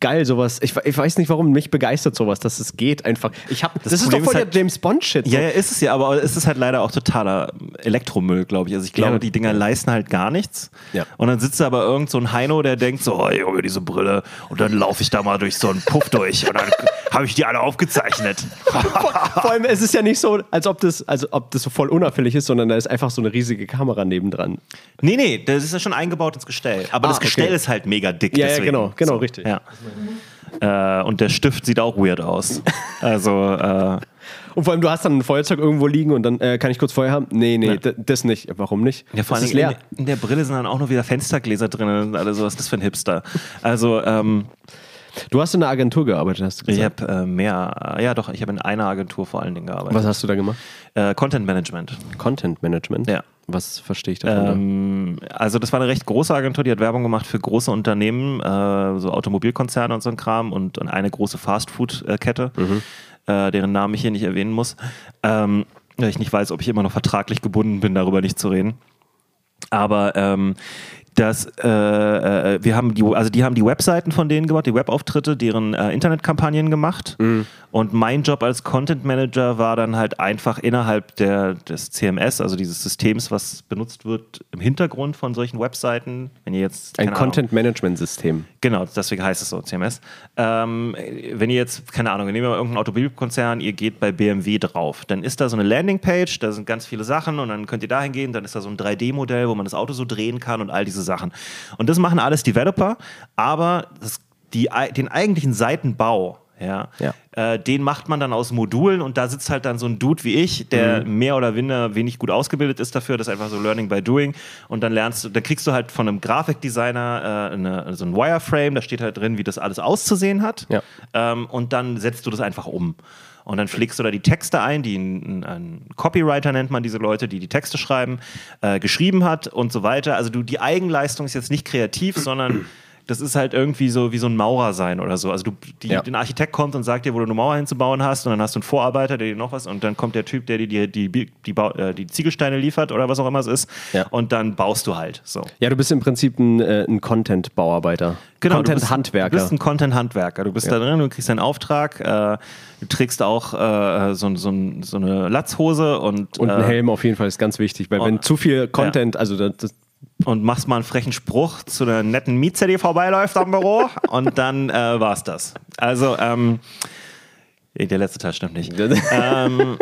A: geil sowas. Ich, we- ich weiß nicht, warum mich begeistert sowas, dass es geht einfach. Ich hab, das, ist doch
B: Problem
A: voll
B: ist halt-
A: der James Bond Shit.
B: Ja, ja, ist es ja, aber es ist halt leider auch totaler Elektromüll, glaube ich. Also ich glaube,
A: Ja.
B: die Dinger leisten halt gar nichts.
A: Ja.
B: Und dann sitzt da aber irgend so ein Heino, der denkt so, oh, ich habe diese Brille und dann laufe ich da mal durch so einen Puff durch und dann habe ich die alle aufgezeichnet.
A: Vor allem, es ist ja nicht so, als ob das, also ob das so voll unauffällig ist, sondern da ist einfach so eine riesige Kamera nebendran.
B: nee, nee, das ist ja schon eingebaut ins Gestell. Aber
A: Ah,
B: das Gestell
A: okay.
B: ist halt mega dick.
A: Ja, ja,
B: deswegen.
A: genau, genau, richtig.
B: Ja. Äh, und der Stift sieht auch weird aus. Also, äh,
A: Und vor allem, du hast dann ein Feuerzeug irgendwo liegen und dann, äh, kann ich kurz Feuer haben? Nee, nee,
B: Ja.
A: d- das nicht. Warum nicht?
B: Ja, vor
A: das
B: allem
A: ist leer.
B: In, in der Brille sind dann auch noch wieder Fenstergläser drin und alles sowas. Das ist für ein Hipster. Also, ähm,
A: Du hast in einer Agentur gearbeitet, hast du
B: ich
A: gesagt.
B: habe äh, mehr, ja doch, ich habe in einer Agentur vor allen Dingen gearbeitet.
A: Was hast du da gemacht?
B: Äh, Content Management.
A: Content Management.
B: Ja.
A: Was verstehe ich davon?
B: Ähm, also das war eine recht große Agentur, die hat Werbung gemacht für große Unternehmen, äh, so Automobilkonzerne und so ein Kram und, und eine große Fastfood-Kette,
A: Mhm.
B: äh, deren Namen ich hier nicht erwähnen muss. Ähm, weil ich nicht weiß, ob ich immer noch vertraglich gebunden bin, darüber nicht zu reden. Aber ähm, das, äh, äh, wir haben die, also die haben die Webseiten von denen gemacht, die Webauftritte, deren äh, Internetkampagnen gemacht. Und mein Job als Content Manager war dann halt einfach innerhalb der, des CMS, also dieses Systems, was benutzt wird im Hintergrund von solchen Webseiten. Wenn ihr jetzt
A: Ein
B: keine Ahnung,
A: Content-Management-System.
B: Genau, deswegen heißt es so, CMS. Ähm, wenn ihr jetzt, keine Ahnung, nehmen wir mal irgendeinen Automobilkonzern, ihr geht bei BMW drauf, dann ist da so eine Landingpage, da sind ganz viele Sachen und dann könnt ihr da hingehen, dann ist da so ein 3D-Modell, wo man das Auto so drehen kann und all diese Sachen. Und das machen alles Developer, aber das, die, den eigentlichen Seitenbau, ja,
A: Ja.
B: äh, den macht man dann aus Modulen und da sitzt halt dann so ein Dude wie ich, der
A: Mhm.
B: mehr oder minder wenig gut ausgebildet ist dafür, das ist einfach so Learning by Doing und dann lernst du, dann kriegst du halt von einem Grafikdesigner äh, eine, so ein Wireframe, da steht halt drin, wie das alles auszusehen hat
A: Ja.
B: ähm, und dann setzt du das einfach um. Und dann pflegst du da die Texte ein, die ein, ein, ein Copywriter nennt man diese Leute, die die Texte schreiben, äh, geschrieben hat und so weiter. Also du, die Eigenleistung ist jetzt nicht kreativ, sondern das ist halt irgendwie so wie so ein Maurer sein oder so. Also du, die,
A: Ja.
B: ein Architekt kommt und sagt dir, wo du eine Mauer hinzubauen hast und dann hast du einen Vorarbeiter, der dir noch was und dann kommt der Typ, der dir die, die, die, die, Bau- äh, die Ziegelsteine liefert oder was auch immer es ist
A: Ja.
B: und dann baust du halt so.
A: Ja, du bist im Prinzip ein, äh, ein Content-Bauarbeiter.
B: Genau, du bist-
A: Content-Handwerker.
B: Du bist ein Content-Handwerker. Du bist da drin, du kriegst einen Auftrag, äh, du trägst auch äh, so, so, so eine Latzhose und,
A: Und ein
B: äh, Oh,
A: Helm auf jeden Fall ist ganz wichtig, weil wenn zu viel Content, also das, das,
B: und machst mal einen frechen Spruch zu einer netten Mieze, die vorbeiläuft am Büro und dann äh, war's das. Also, ähm, der letzte Teil stimmt nicht. ähm,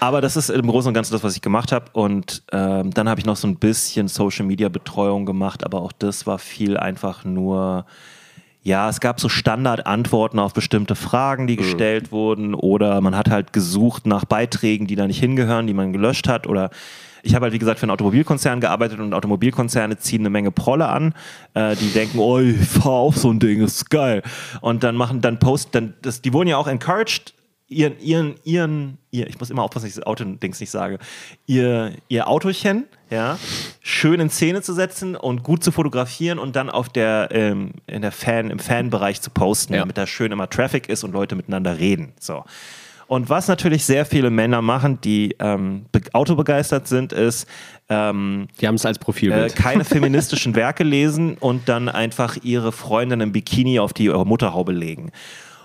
B: aber das ist im Großen und Ganzen das, was ich gemacht habe. Und ähm, dann habe ich noch so ein bisschen Social Media Betreuung gemacht, aber auch das war viel einfach nur. Ja, es gab so Standardantworten auf bestimmte Fragen, die gestellt wurden, oder man hat halt gesucht nach Beiträgen, die da nicht hingehören, die man gelöscht hat, oder ich habe halt, wie gesagt, für einen Automobilkonzern gearbeitet und Automobilkonzerne ziehen eine Menge Prolle an, äh, die denken, oh, ich fahr auf so ein Ding, ist geil. Und dann machen, dann posten, dann, das, die wurden ja auch encouraged, ihren, ihren, ihren, ihr, ich muss immer aufpassen, dass ich das Auto-Dings nicht sage, ihr, ihr Autochen, ja, schön in Szene zu setzen und gut zu fotografieren und dann auf der, ähm, in der Fan, im Fanbereich zu posten,
A: Ja.
B: damit da schön immer Traffic ist und Leute miteinander reden, so. Und was natürlich sehr viele Männer machen, die ähm, be- autobegeistert sind, ist, ähm,
A: die haben es als
B: äh,
A: Profilbild.
B: keine feministischen Werke lesen und dann einfach ihre Freundin im Bikini auf die eure Mutterhaube legen.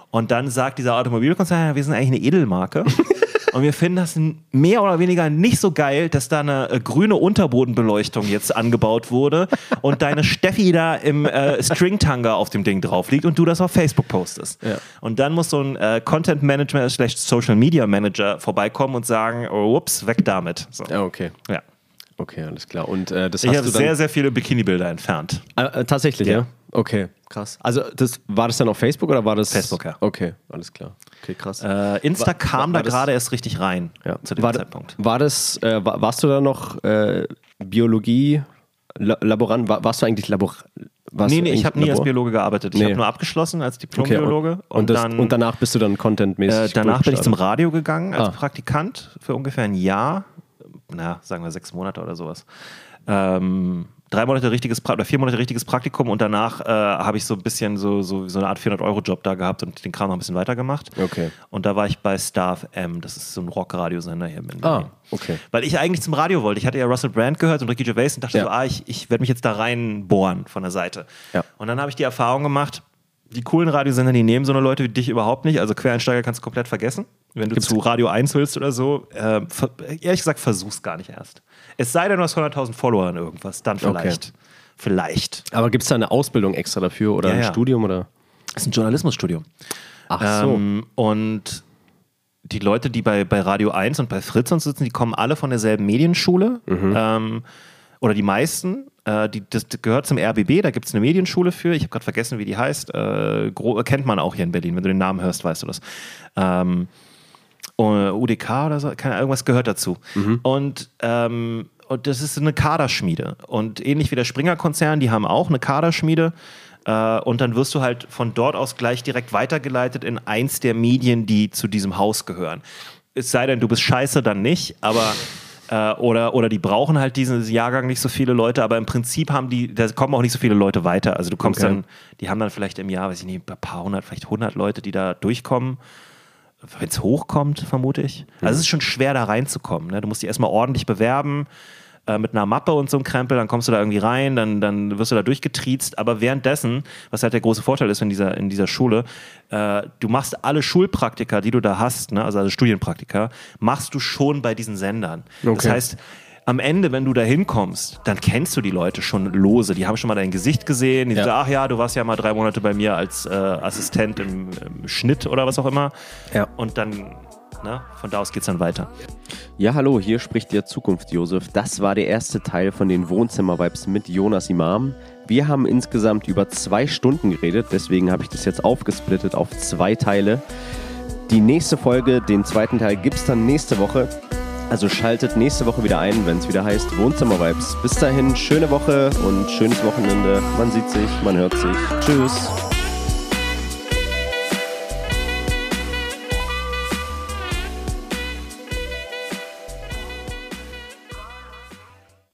B: Und dann sagt dieser Automobilkonzern, ja, wir sind eigentlich eine Edelmarke. Und wir finden das n- mehr oder weniger nicht so geil, dass da eine äh, grüne Unterbodenbeleuchtung jetzt angebaut wurde und deine Steffi da im äh, Stringtanga auf dem Ding drauf liegt und du das auf Facebook postest.
A: Ja.
B: Und dann muss so ein äh, Content Manager slash Social Media Manager vorbeikommen und sagen, oh, ups, weg damit. So.
A: Ah, okay.
B: Ja.
A: Okay, alles klar. Und äh, das
B: Ich
A: hast
B: habe
A: du dann
B: sehr, sehr viele Bikini-Bilder entfernt.
A: Äh, äh, tatsächlich, ja.
B: Ja.
A: Okay, krass. Also das war das dann auf Facebook oder war das
B: Facebook, ja.
A: Okay, alles klar. Okay, krass.
B: Äh, Insta
A: War-
B: kam
A: war
B: da
A: das-
B: gerade erst richtig rein
A: ja.
B: zu dem
A: war,
B: Zeitpunkt.
A: War das? Äh, war, warst du da noch äh, Biologie La Laborant? War, warst du eigentlich Labor? Warst
B: Nee,
A: du
B: nee, ich
A: eigentlich
B: habe nie als
A: Labor?
B: Biologe gearbeitet. Ich
A: Nee.
B: habe nur abgeschlossen als
A: Okay, und,
B: Diplombiologe.
A: und, das,
B: dann,
A: und danach bist du dann contentmäßig.
B: äh, danach bin ich zum
A: durchgestartet.
B: Radio gegangen als
A: Ah.
B: Praktikant für ungefähr ein Jahr. Na, sagen wir sechs Monate oder sowas. Ähm, drei Monate richtiges pra oder vier Monate richtiges Praktikum und danach äh, habe ich so ein bisschen so, so, so eine Art 400-Euro-Job da gehabt und den Kram noch ein bisschen weitergemacht.
A: Okay.
B: Und da war ich bei Star FM, das ist so ein Rock-Radiosender hier in Berlin.
A: Ah, okay.
B: Weil ich eigentlich zum Radio wollte. Ich hatte ja Russell Brand gehört und Ricky Gervais und dachte
A: Ja.
B: so, ah, ich, ich werde mich jetzt da reinbohren von der Seite.
A: Ja.
B: Und dann habe ich die Erfahrung gemacht, die coolen Radiosender, die nehmen so eine Leute wie dich überhaupt nicht. Also Quereinsteiger kannst du komplett vergessen. Wenn du zu Radio 1 willst oder so, äh, ver- ehrlich gesagt, versuch's gar nicht erst. Es sei denn, du hast 100.000 Follower in irgendwas, dann vielleicht. Vielleicht.
A: Aber gibt es da eine Ausbildung extra dafür oder
B: Ja,
A: ein
B: ja.
A: Studium oder?
B: Das ist ein Journalismusstudium.
A: Ach so.
B: Ähm, und die Leute, die bei, bei Radio 1 und bei Fritz und so sitzen, die kommen alle von derselben Medienschule.
A: Mhm.
B: Ähm, oder die meisten. Äh, die, das gehört zum RBB, da gibt es eine Medienschule für. Ich habe gerade vergessen, wie die heißt. Äh, gro- kennt man auch hier in Berlin. Wenn du den Namen hörst, weißt du das. Ähm, äh, UDK oder so, keine, Ahnung, irgendwas gehört dazu. Und, ähm, und das ist eine Kaderschmiede. Und ähnlich wie der Springer-Konzern, die haben auch eine Kaderschmiede. Äh, und dann wirst du halt von dort aus gleich direkt weitergeleitet in eins der Medien, die zu diesem Haus gehören. Es sei denn, du bist scheiße, dann nicht, aber. Äh, oder, oder die brauchen halt diesen Jahrgang nicht so viele Leute, aber im Prinzip haben die, da kommen auch nicht so viele Leute weiter. Also du kommst
A: Okay.
B: dann, die haben dann vielleicht im Jahr, weiß ich nicht, ein paar hundert, vielleicht hundert Leute, die da durchkommen wenn es hochkommt, vermute ich. Also
A: Mhm.
B: es ist schon schwer, da reinzukommen. Ne? Du musst dich erstmal ordentlich bewerben äh, mit einer Mappe und so einem Krempel, dann kommst du da irgendwie rein, dann, dann wirst du da durchgetriezt. Aber währenddessen, was halt der große Vorteil ist in dieser, in dieser Schule, äh, du machst alle Schulpraktika, die du da hast, ne? also, also Studienpraktika, machst du schon bei diesen Sendern.
A: Okay.
B: Das heißt, am Ende, wenn du da hinkommst, dann kennst du die Leute schon lose. Die haben schon mal dein Gesicht gesehen. Die
A: Ja.
B: sagen, ach ja, du warst ja mal drei Monate bei mir als äh, Assistent im, im Schnitt oder was auch immer.
A: Ja.
B: Und dann, ne, von da aus geht's dann weiter.
C: Ja, hallo, hier spricht Ihr Zukunft Josef. Das war der erste Teil von den Wohnzimmer-Vibes mit Jonas Imam. Wir haben insgesamt über zwei Stunden geredet, deswegen habe ich das jetzt aufgesplittet auf zwei Teile. Die nächste Folge, den zweiten Teil, gibt's dann nächste Woche. Also schaltet nächste Woche wieder ein, wenn es wieder heißt Wohnzimmer-Vibes. Bis dahin, schöne Woche und schönes Wochenende. Man sieht sich, man hört sich. Tschüss.